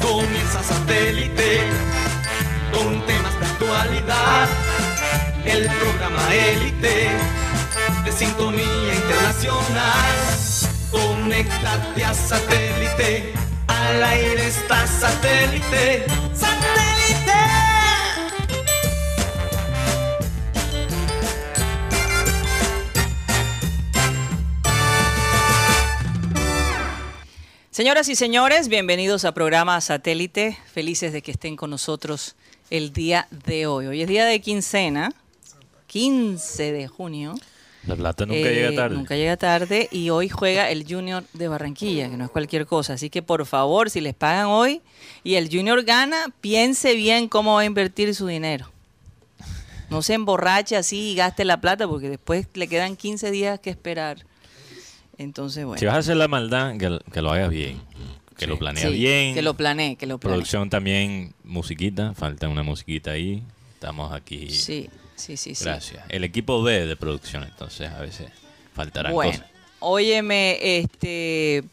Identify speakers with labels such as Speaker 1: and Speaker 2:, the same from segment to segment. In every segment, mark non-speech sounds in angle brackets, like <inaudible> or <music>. Speaker 1: Comienza satélite con temas de actualidad. El programa élite de sintonía internacional. Conéctate a satélite. Al aire está satélite. ¡Satélite!
Speaker 2: Señoras y señores, bienvenidos a programa Satélite. Felices de que estén con nosotros el día de hoy. Hoy es día de quincena, 15 de junio.
Speaker 3: La plata nunca
Speaker 2: Eh,
Speaker 3: llega tarde.
Speaker 2: Nunca llega tarde y hoy juega el Junior de Barranquilla, que no es cualquier cosa. Así que por favor, si les pagan hoy y el Junior gana, piense bien cómo va a invertir su dinero. No se emborrache así y gaste la plata porque después le quedan 15 días que esperar. Entonces, bueno.
Speaker 3: Si vas a hacer la maldad, que, l- que lo hagas bien. Que lo planees
Speaker 2: Sí,
Speaker 3: bien.
Speaker 2: Que lo planee, que lo planee.
Speaker 3: Producción también, musiquita. Falta una musiquita ahí. Estamos aquí.
Speaker 2: Sí, sí, sí, sí.
Speaker 3: Gracias. El equipo B de producción, entonces a veces faltarán
Speaker 2: Bueno,
Speaker 3: cosas.
Speaker 2: óyeme, este,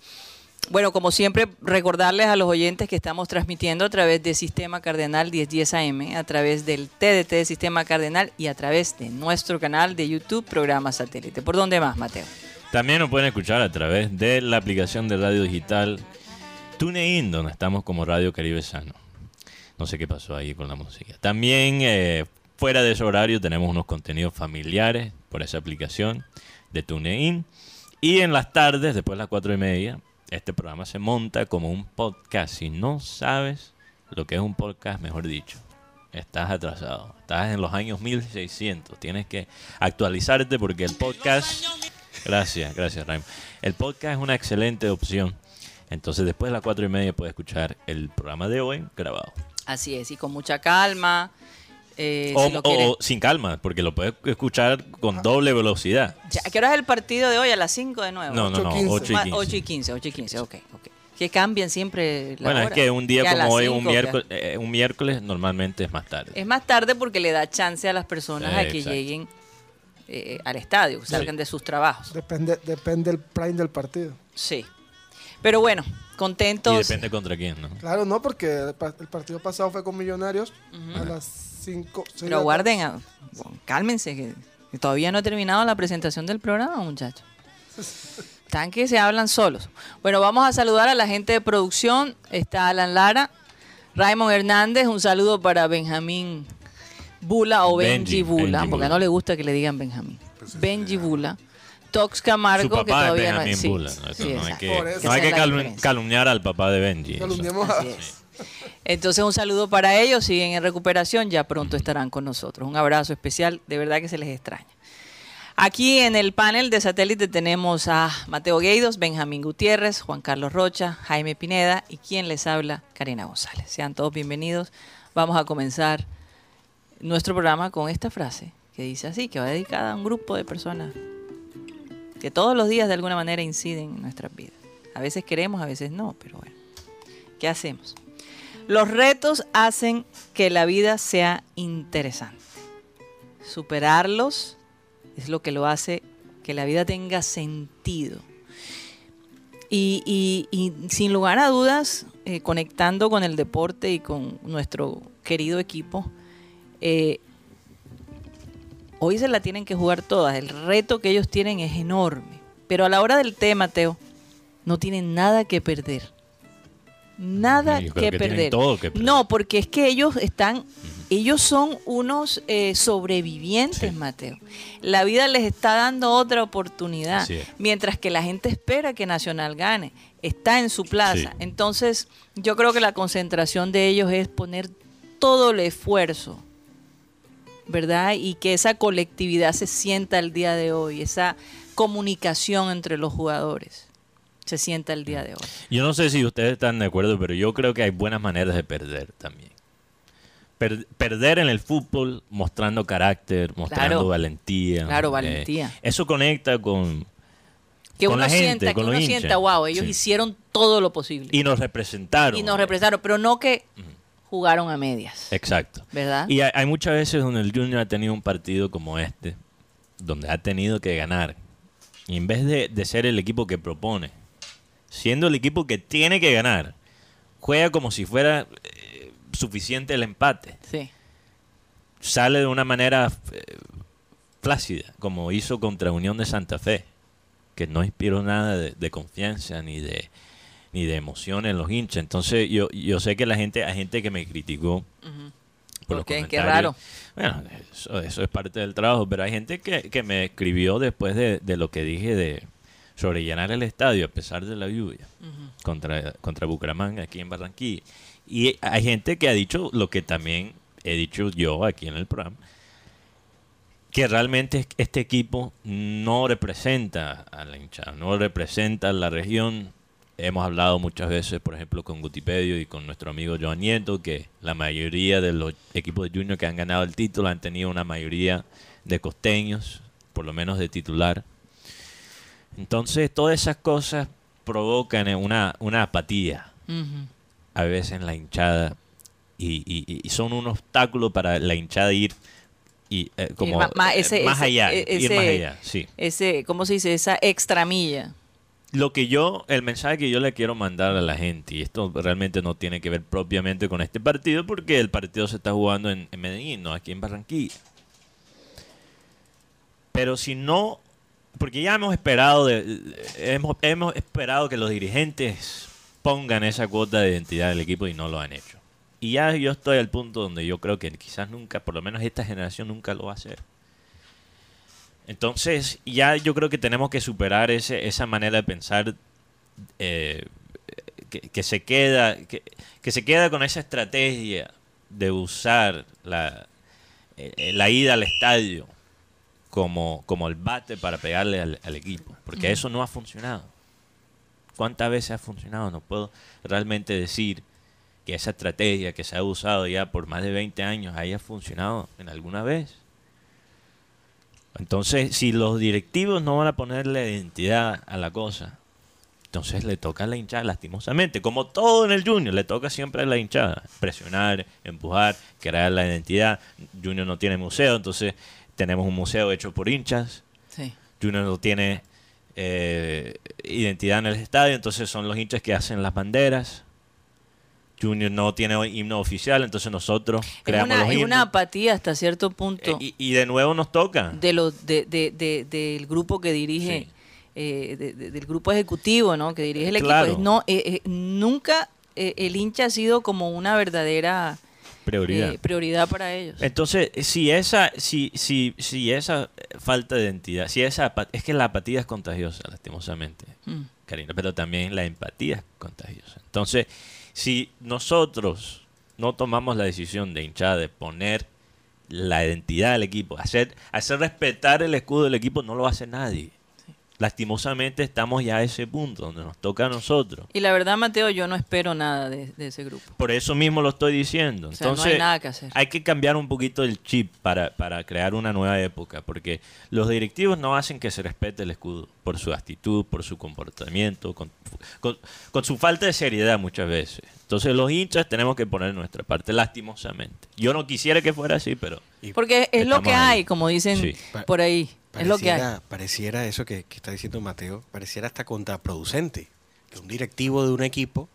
Speaker 2: bueno, como siempre, recordarles a los oyentes que estamos transmitiendo a través de Sistema Cardenal 1010 AM, a través del TDT de Sistema Cardenal y a través de nuestro canal de YouTube, Programa Satélite. ¿Por dónde más, Mateo?
Speaker 3: También nos pueden escuchar a través de la aplicación de radio digital TuneIn, donde estamos como Radio Caribe Sano. No sé qué pasó ahí con la música. También eh, fuera de ese horario tenemos unos contenidos familiares por esa aplicación de TuneIn. Y en las tardes, después de las cuatro y media, este programa se monta como un podcast. Si no sabes lo que es un podcast, mejor dicho, estás atrasado. Estás en los años 1600. Tienes que actualizarte porque el podcast... Gracias, gracias, Raimo. El podcast es una excelente opción. Entonces, después de las cuatro y media puedes escuchar el programa de hoy grabado.
Speaker 2: Así es, y con mucha calma. eh,
Speaker 3: o,
Speaker 2: si lo
Speaker 3: o-
Speaker 2: quieres.
Speaker 3: o sin calma, porque lo puedes escuchar con doble velocidad.
Speaker 2: Ya, ¿A qué hora es el partido de hoy? ¿A las 5 de nuevo?
Speaker 3: No, no, no,
Speaker 4: 8:15.
Speaker 3: 8 y
Speaker 2: Ma-
Speaker 3: 15.
Speaker 2: 8 Ah, y 15, 8 y 15, ok, ok. Que cambian siempre la
Speaker 3: Bueno, es
Speaker 2: hora.
Speaker 3: que un día
Speaker 2: a las
Speaker 3: como hoy, un
Speaker 2: cinco, que a-
Speaker 3: miércoles, eh, un miércoles normalmente es más tarde.
Speaker 2: Es más tarde porque le da chance a las personas a que
Speaker 3: Exacto.
Speaker 2: lleguen eh, al estadio, que salgan
Speaker 3: Sí.
Speaker 2: de sus trabajos.
Speaker 4: Depende, depende el prime del partido.
Speaker 2: Sí. Pero bueno,
Speaker 3: y
Speaker 2: contentos.
Speaker 3: depende contra quién, ¿no?
Speaker 4: Claro, no, porque el, pa- el partido pasado fue con Millonarios a las 5.
Speaker 2: Pero guarden, a- bueno, cálmense, que que todavía no he terminado la presentación del programa, muchachos. <laughs> Están que se hablan solos. Bueno, vamos a saludar a la gente de producción. Está Alan Lara, Raymond Hernández, un saludo para Benjamín Bula o Benji,
Speaker 3: Benji,
Speaker 2: Bula,
Speaker 3: Benji
Speaker 2: porque
Speaker 3: Bula.
Speaker 2: no le gusta que le digan Benjamín. Benji Bula. Tox Camargo,
Speaker 3: Su papá
Speaker 2: que todavía
Speaker 3: es
Speaker 2: no
Speaker 3: Benjamín
Speaker 2: sí,
Speaker 3: Bula.
Speaker 2: sí,
Speaker 3: ¿no? Eso
Speaker 2: sí,
Speaker 3: no hay
Speaker 2: exacto.
Speaker 3: que,
Speaker 4: Por eso.
Speaker 3: no hay
Speaker 2: Esa
Speaker 3: que
Speaker 2: es la
Speaker 3: calum-
Speaker 2: diferencia.
Speaker 3: calumniar al papá de Benji. eso.
Speaker 4: Calumniamos a-
Speaker 2: Así es. Entonces un saludo para ellos, siguen en recuperación, ya pronto estarán con nosotros. Un abrazo especial, de verdad que se les extraña. Aquí en el panel de satélite tenemos a Mateo Gueidos, Benjamín Gutiérrez, Juan Carlos Rocha, Jaime Pineda y quien les habla, Karina González. Sean todos bienvenidos. Vamos a comenzar nuestro programa con esta frase que dice así, que va dedicada a un grupo de personas que todos los días de alguna manera inciden en nuestras vidas. A veces queremos, a veces no, pero bueno. ¿Qué hacemos? Los retos hacen que la vida sea interesante. Superarlos es lo que lo hace que la vida tenga sentido. Y, y- y sin lugar a dudas, eh, conectando con el deporte y con nuestro querido equipo, eh, hoy se la tienen que jugar todas. El reto que ellos tienen es enorme. Pero a la hora del té, Mateo, no tienen nada que perder. Nada que,
Speaker 3: Yo creo que tienen
Speaker 2: perder.
Speaker 3: todo que perder.
Speaker 2: No, porque es que ellos están, ellos son unos eh, sobrevivientes, Mateo. La vida les está dando otra oportunidad.
Speaker 3: Así es.
Speaker 2: Mientras que la gente espera que Nacional gane, está en su plaza.
Speaker 3: Sí.
Speaker 2: Entonces, yo creo que la concentración de ellos es poner todo el esfuerzo, ¿verdad? Y que esa colectividad se sienta el día de hoy, esa comunicación entre los jugadores se sienta el día de hoy.
Speaker 3: Yo no sé si ustedes están de acuerdo, pero yo creo que hay buenas maneras de perder también. Per- perder en el fútbol mostrando carácter, mostrando
Speaker 2: Claro.
Speaker 3: valentía.
Speaker 2: Claro,
Speaker 3: eh,
Speaker 2: valentía.
Speaker 3: eso conecta con...
Speaker 2: Que
Speaker 3: Con
Speaker 2: uno
Speaker 3: la gente,
Speaker 2: sienta, que
Speaker 3: con
Speaker 2: uno
Speaker 3: los hinchas.
Speaker 2: sienta, wow, ellos
Speaker 3: Sí.
Speaker 2: hicieron todo lo posible.
Speaker 3: Y nos representaron.
Speaker 2: y nos representaron, pero no que jugaron a medias,
Speaker 3: Exacto.
Speaker 2: ¿verdad?
Speaker 3: Eh, Y hay, hay muchas veces donde el Junior ha tenido un partido como este, donde ha tenido que ganar. Y en vez de, de ser el equipo que propone, siendo el equipo que tiene que ganar, juega como si fuera eh, suficiente el empate.
Speaker 2: Sí.
Speaker 3: Sale de una manera eh, plácida, como hizo contra Unión de Santa Fe, que no inspiró nada de, de confianza ni de ni de emoción en los hinchas. Entonces yo, yo sé que la gente, hay gente que me criticó por los
Speaker 2: Ok, qué
Speaker 3: comentarios.
Speaker 2: raro.
Speaker 3: Bueno, eso, eso es parte del trabajo, pero hay gente que, que me escribió después de, de lo que dije de sobre llenar el estadio a pesar de la lluvia contra, contra Bucaramanga aquí en Barranquilla. Y hay gente que ha dicho lo que también he dicho yo aquí en el programa, que realmente este equipo no representa a la hinchada, no representa a la región. Hemos hablado muchas veces, por ejemplo, con Gutipedio y con nuestro amigo Joan Nieto, que la mayoría de los equipos de Junior que han ganado el título han tenido una mayoría de costeños, por lo menos de titular. Entonces, todas esas cosas provocan eh, una, una apatía
Speaker 2: Ujú.
Speaker 3: a veces en la hinchada y, y- y son un obstáculo para la hinchada ir y eh, como
Speaker 2: ma- ma-
Speaker 3: eh,
Speaker 2: ese-
Speaker 3: más
Speaker 2: ese-
Speaker 3: allá,
Speaker 2: e-
Speaker 3: ir más
Speaker 2: ese-
Speaker 3: allá, sí.
Speaker 2: Ese, ¿cómo se dice? Esa extra milla.
Speaker 3: Lo que yo, el mensaje que yo le quiero mandar a la gente, y esto realmente no tiene que ver propiamente con este partido, porque el partido se está jugando en, en Medellín, no aquí en Barranquilla. Pero si no, porque ya hemos esperado, de- hemos, hemos esperado que los dirigentes pongan esa cuota de identidad del equipo y no lo han hecho. Y ya yo estoy al punto donde yo creo que quizás nunca, por lo menos esta generación nunca lo va a hacer. Entonces, ya yo creo que tenemos que superar ese, esa manera de pensar eh, que, que se queda, que, que se queda con esa estrategia de usar la, eh, eh, la ida al estadio como, como el bate para pegarle al, al equipo. Porque eso no ha funcionado. ¿Cuántas veces ha funcionado? No puedo realmente decir que esa estrategia que se ha usado ya por más de 20 años haya funcionado en alguna vez. Entonces, si los directivos no van a ponerle identidad a la cosa, entonces le toca a la hinchada, lastimosamente. Como todo en el Junior, le toca siempre a la hinchada. Presionar, empujar, crear la identidad. Junior no tiene museo, entonces tenemos un museo hecho por hinchas.
Speaker 2: Sí.
Speaker 3: Junior no tiene eh, identidad en el estadio, entonces son los hinchas que hacen las banderas. Junior no tiene himno oficial, entonces nosotros
Speaker 2: Es
Speaker 3: creamos
Speaker 2: una,
Speaker 3: los
Speaker 2: es
Speaker 3: himnos.
Speaker 2: una apatía hasta cierto punto
Speaker 3: Eh, y, y de nuevo nos toca.
Speaker 2: de los de, de- de- del grupo que dirige,
Speaker 3: Sí.
Speaker 2: eh, de- de- del grupo ejecutivo, ¿no? Que dirige el
Speaker 3: Claro.
Speaker 2: equipo. Es No, eh, eh, nunca eh, el hincha ha sido como una verdadera
Speaker 3: Prioridad.
Speaker 2: eh, prioridad para ellos.
Speaker 3: Entonces, si esa, si, si, si esa eh, falta de identidad, si esa apa- es que la apatía es contagiosa, lastimosamente,
Speaker 2: Mm.
Speaker 3: Karina, pero también la empatía es contagiosa. Entonces, si nosotros no tomamos la decisión de hinchada de poner la identidad del equipo, hacer, hacer respetar el escudo del equipo, no lo hace nadie. Lastimosamente estamos ya a ese punto donde nos toca a nosotros.
Speaker 2: Y la verdad, Mateo, yo no espero nada de, de ese grupo.
Speaker 3: Por eso mismo lo estoy diciendo.
Speaker 2: sea, no hay
Speaker 3: Entonces,
Speaker 2: nada que hacer.
Speaker 3: hay que cambiar un poquito el chip para, para crear una nueva época, porque los directivos no hacen que se respete el escudo por su actitud, por su comportamiento, con, con- con su falta de seriedad muchas veces. Entonces, los hinchas tenemos que poner nuestra parte, lastimosamente. Yo no quisiera que fuera así, pero
Speaker 2: Porque es, es lo
Speaker 3: Estamos
Speaker 2: que
Speaker 3: ahí.
Speaker 2: hay, como dicen
Speaker 3: Sí.
Speaker 5: Pa-
Speaker 2: por ahí. Es lo que hay.
Speaker 5: Pareciera eso que, que está diciendo Mateo, pareciera hasta contraproducente. Que un directivo de un equipo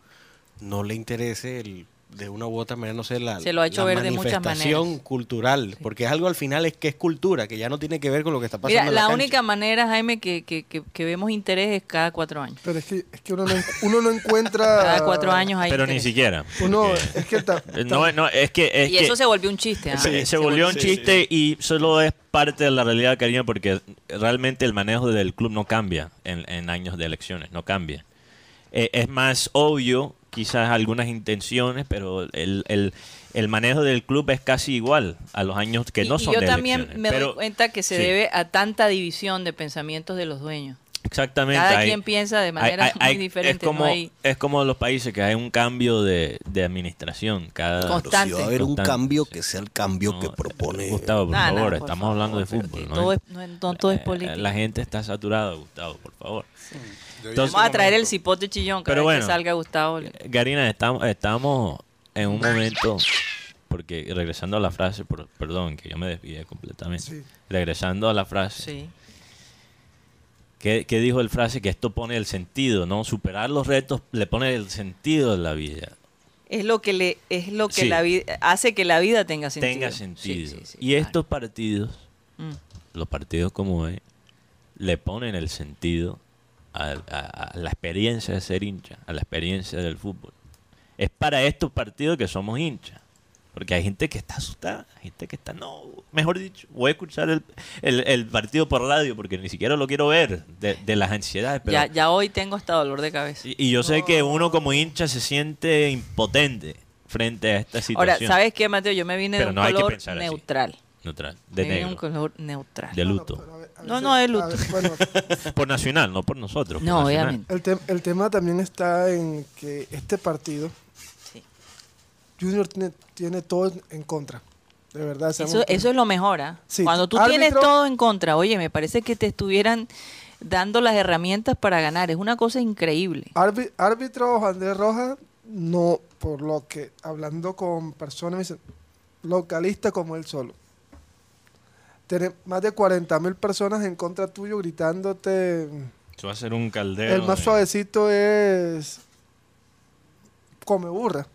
Speaker 5: no le interese el- de una u otra manera, no sé, la,
Speaker 2: Se lo ha hecho
Speaker 5: la
Speaker 2: ver de muchas
Speaker 5: manifestación
Speaker 2: maneras.
Speaker 5: cultural. Porque es algo al final es que es cultura, que ya no tiene que ver con lo que está pasando.
Speaker 2: Mira,
Speaker 5: en
Speaker 2: la,
Speaker 5: cancha.
Speaker 2: única manera, Jaime, que, que- que- que vemos interés es cada cuatro años.
Speaker 4: Pero es que, es que uno, no, uno no encuentra.
Speaker 2: <laughs> Cada
Speaker 5: Ah.
Speaker 2: cuatro años hay
Speaker 3: pero ni
Speaker 2: interés.
Speaker 3: siquiera.
Speaker 4: Uno,
Speaker 3: porque-
Speaker 4: es que. ta-
Speaker 3: Eh, no, no, es que... es
Speaker 2: Y
Speaker 3: que-
Speaker 2: eso se volvió un chiste. ¿ah?
Speaker 3: Se- Eh, se, volvió un chiste y solo es parte de la realidad, cariño, porque realmente el manejo del club no cambia en, en años de elecciones, no cambia. Eh, es más obvio quizás algunas intenciones, pero el, el- el manejo del club es casi igual a los años que
Speaker 2: Y-
Speaker 3: no
Speaker 2: y
Speaker 3: son
Speaker 2: yo
Speaker 3: de
Speaker 2: también
Speaker 3: elecciones.
Speaker 2: me
Speaker 3: Pero-
Speaker 2: doy cuenta que se
Speaker 3: sí,
Speaker 2: debe a tanta división de pensamientos de los dueños.
Speaker 3: Exactamente.
Speaker 2: Cada
Speaker 3: hay-
Speaker 2: quien piensa de manera
Speaker 3: hay-
Speaker 2: muy
Speaker 3: hay-
Speaker 2: diferente.
Speaker 3: Es como,
Speaker 2: no hay-
Speaker 3: es como los países que hay un cambio de, de administración cada
Speaker 2: Constante.
Speaker 5: Pero si va a haber un
Speaker 3: Constante,
Speaker 5: cambio
Speaker 3: sí.
Speaker 5: que sea el cambio que
Speaker 3: No, eh,
Speaker 5: propone.
Speaker 3: Gustavo, por
Speaker 2: Nah, nah,
Speaker 3: favor,
Speaker 2: Ah, por
Speaker 3: estamos
Speaker 2: favor,
Speaker 3: hablando de
Speaker 2: pero
Speaker 3: fútbol.
Speaker 2: que
Speaker 3: ¿no?
Speaker 2: todo es- no- no todo es
Speaker 3: Eh, La-
Speaker 2: política.
Speaker 3: La gente está saturada, Gustavo, por favor. Entonces-
Speaker 2: Vamos a traer el cipote chillón cada
Speaker 3: Pero
Speaker 2: vez que
Speaker 3: bueno. Eh,
Speaker 2: salga Gustavo. le-
Speaker 3: Karina, estamos, estamos en un momento, porque regresando a la frase, por- perdón, que yo me desvié completamente.
Speaker 4: Sí.
Speaker 3: Regresando a la frase,
Speaker 2: Sí.
Speaker 3: ¿qué, qué dijo el frase? Que esto pone el sentido, ¿no? Superar los retos le pone el sentido a la vida.
Speaker 2: Es lo que le es lo que
Speaker 3: Sí.
Speaker 2: la vida hace que la vida tenga sentido.
Speaker 3: tenga
Speaker 2: Sí,
Speaker 3: sentido.
Speaker 2: sí, sí,
Speaker 3: y
Speaker 2: claro.
Speaker 3: estos partidos,
Speaker 2: Mm.
Speaker 3: los partidos como es, le ponen el sentido a, a- a la experiencia de ser hincha, a la experiencia del fútbol. Es para estos partidos que somos hinchas. Porque hay gente que está asustada, hay gente que está, no, mejor dicho, voy a escuchar el, el- el partido por radio porque ni siquiera lo quiero ver de, de las ansiedades. Pero
Speaker 2: ya, ya hoy tengo hasta dolor de cabeza.
Speaker 3: Y, y yo sé que uno como hincha se siente impotente frente a esta
Speaker 2: Ahora,
Speaker 3: situación.
Speaker 2: ¿sabes qué, Mateo? Yo me vine
Speaker 3: Pero
Speaker 2: de un
Speaker 3: no hay que
Speaker 2: color
Speaker 3: pensar así.
Speaker 2: neutral.
Speaker 3: Neutral, de
Speaker 2: me vine de un
Speaker 3: negro,
Speaker 2: color neutral.
Speaker 3: de
Speaker 4: Bueno,
Speaker 3: luto.
Speaker 4: pero a ve- a
Speaker 2: No,
Speaker 4: veces-
Speaker 2: no, es
Speaker 4: a
Speaker 2: luto.
Speaker 4: ve- bueno,
Speaker 3: Por Nacional, no por nosotros. por
Speaker 2: No,
Speaker 3: Nacional.
Speaker 2: obviamente.
Speaker 4: el, tem- el tema también está en que este partido,
Speaker 2: Sí.
Speaker 4: Junior tiene, tiene todo en- en contra. De verdad. seamos
Speaker 2: Eso,
Speaker 4: claros.
Speaker 2: eso es lo mejor. ¿ah?
Speaker 4: Sí,
Speaker 2: Cuando tú tienes
Speaker 4: árbitro-
Speaker 2: todo en contra, oye, me parece que te estuvieran dando las herramientas para ganar. Es una cosa increíble.
Speaker 4: Arbi- árbitro Andrés Rojas, no, por lo que hablando con personas, me dicen, localista como él solo. Tiene más de 40 mil personas en contra tuyo gritándote.
Speaker 3: Eso va a ser un caldero.
Speaker 4: El más
Speaker 3: de-
Speaker 4: suavecito es. Come burra.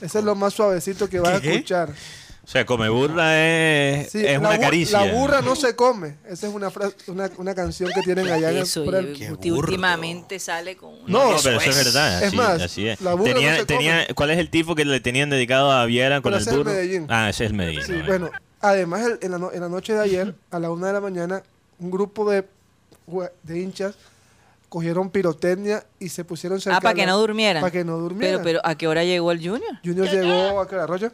Speaker 4: Ese es lo más suavecito que vas a
Speaker 3: ¿Qué?
Speaker 4: escuchar.
Speaker 3: O sea, come burla es,
Speaker 4: Sí,
Speaker 3: es
Speaker 4: la
Speaker 3: una
Speaker 4: bu-
Speaker 3: caricia.
Speaker 4: La burra no se come. Esa es una, frase, una, una canción que tienen allá en el-
Speaker 2: Eso,
Speaker 4: por el-
Speaker 2: y
Speaker 5: Qué
Speaker 2: ulti-
Speaker 5: burdo.
Speaker 2: últimamente sale con Ah, una-
Speaker 4: No, pues.
Speaker 3: No, pero eso
Speaker 5: eso
Speaker 3: es
Speaker 5: es.
Speaker 3: verdad.
Speaker 4: Es
Speaker 3: así,
Speaker 4: más,
Speaker 3: así es.
Speaker 4: la burra
Speaker 3: Tenía-
Speaker 4: no se
Speaker 3: tenía- ¿Cuál es el tifo que le tenían dedicado a Viera con
Speaker 4: Pero
Speaker 3: el
Speaker 4: ese es
Speaker 3: burro?
Speaker 4: Medellín.
Speaker 3: Ah, ese es el Medellín.
Speaker 4: Sí,
Speaker 3: a ver.
Speaker 4: bueno, además el- en, la no- en la noche de ayer, a la una de la mañana, un grupo de, jue- de hinchas cogieron pirotecnia y se pusieron cerca.
Speaker 2: Ah, para que no durmieran.
Speaker 4: Para que no durmieran.
Speaker 2: Pero, pero, ¿a qué hora llegó el Junior?
Speaker 4: Junior llegó a Cararroya.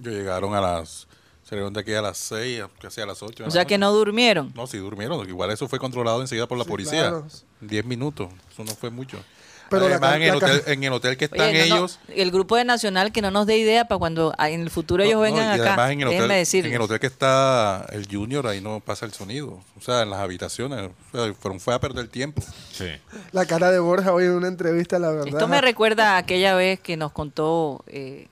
Speaker 6: Yo llegaron a las. Se levantaron de aquí a las 6, casi a las 8.
Speaker 2: O sea, que no durmieron.
Speaker 6: No, sí durmieron. Igual eso fue controlado enseguida por la
Speaker 4: Sí,
Speaker 6: policía.
Speaker 4: claro.
Speaker 6: 10 minutos. Eso no fue mucho.
Speaker 4: Pero la
Speaker 6: Además,
Speaker 4: ca-
Speaker 6: en, el
Speaker 4: la ca-
Speaker 6: hotel, en el hotel que
Speaker 2: Oye,
Speaker 6: están
Speaker 2: no, no,
Speaker 6: ellos.
Speaker 2: el grupo de Nacional que no nos dé idea para cuando ah, en el futuro ellos
Speaker 6: no,
Speaker 2: vengan
Speaker 6: no, y
Speaker 2: acá.
Speaker 6: además en el, hotel,
Speaker 2: Déjenme decirles.
Speaker 6: en el hotel que está el Junior, ahí no pasa el sonido. O sea, en las habitaciones. O sea, fueron, fue a perder el tiempo.
Speaker 3: Sí.
Speaker 4: La cara de Borja hoy en una entrevista, la verdad.
Speaker 2: Esto me recuerda a aquella vez que nos contó eh,